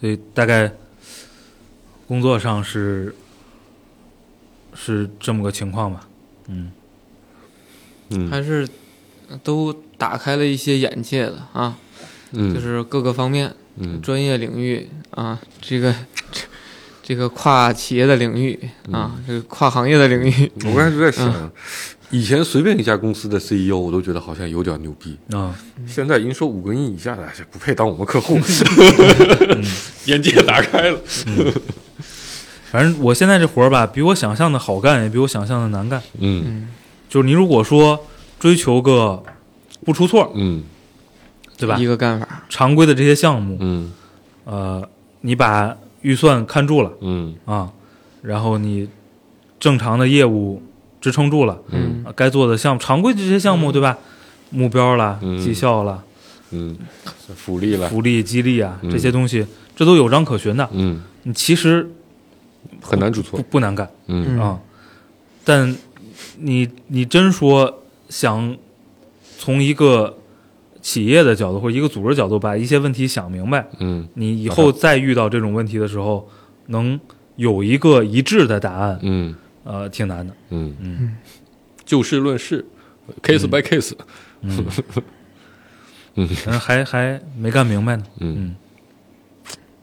所以大概工作上是是这么个情况吧。嗯还是都打开了一些眼界的啊，嗯，就是各个方面、嗯专业领域啊，这个这个跨企业的领域嗯啊，这个跨行业的领域，我刚才就在想，以前随便一家公司的 CEO，我都觉得好像有点牛逼，啊、现在营收五个亿以下的，这不配当我们客户， 眼界打开了。反正我现在这活儿吧，比我想象的好干，也比我想象的难干。嗯就是你如果说追求个不出错，嗯对吧一？个干法，常规的这些项目，嗯呃，你把预算看住了嗯啊，然后你正常的业务支撑住了，嗯，啊该做的项目常规的这些项目，对吧？目标啦、嗯绩效啦、嗯，福利了，福利激励啊嗯这些东西，这都有章可循的。嗯，你其实很难出不错。不难干嗯嗯啊，但你你真说想从一个企业的角度或者一个组织角度把一些问题想明白，嗯你以后再遇到这种问题的时候，能有一个一致的答案，嗯呃，挺难 的。嗯嗯，就事论事，case by case。但是还还没干明白呢。嗯嗯，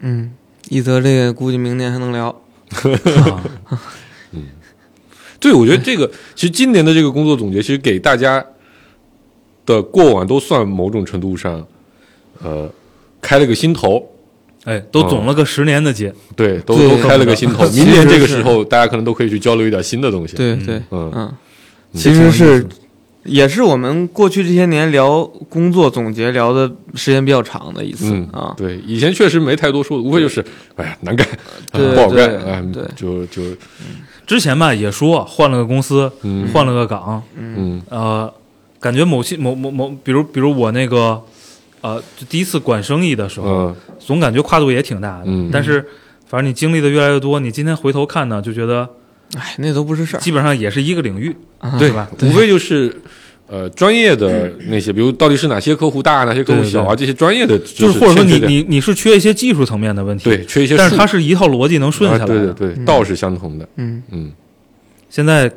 嗯，一则这个估计明年还能聊，啊对，我觉得这个其实今年的这个工作总结，其实给大家的过往都算某种程度上，呃，开了个新头。哎，哦都总了个十年的结，对，都对都开了个新头。 其实明年这个是时候，大家可能都可以去交流一点新的东西。对对，嗯嗯，其实是也是我们过去这些年聊工作总结聊的时间比较长的一次嗯啊，对，以前确实没太多说的，无非就是，哎呀，难干，呃对 不好干，对啊，对就就之前吧也说换了个公司，嗯换了个岗，嗯呃，感觉某些某某某，比如比如我那个，呃，就第一次管生意的时候，嗯总感觉跨度也挺大的。嗯但是反正你经历的越来越多，你今天回头看呢，就觉得嗯哎，那都不是事儿，基本上也是一个领域，啊对吧？无非就是。呃，专业的那些，比如到底是哪些客户大，哪些客户小啊，这些专业的知识就是或者说你欠缺点你你是缺一些技术层面的问题，对缺一些术，但是它是一套逻辑能顺下来啊的。对对对，道是相同的，嗯嗯，现在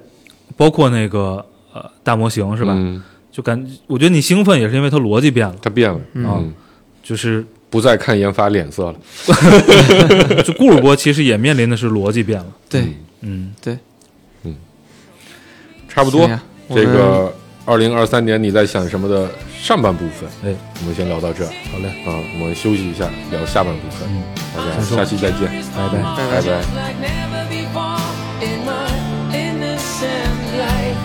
包括那个呃大模型是吧？嗯就感我觉得你兴奋也是因为它逻辑变了，它变了，啊嗯，就是不再看研发脸色了，就顾主播其实也面临的是逻辑变了。对嗯，对，差不多行啊呀。我这们个二零二三年你在想什么的上半部分，哎，我们先聊到这儿好嘞，嗯啊，我们休息一下，聊下半部分，大家下期再见，拜拜。拜拜。 like never before in my innocent life.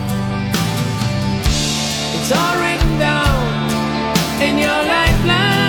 It's all written down in your lifeline.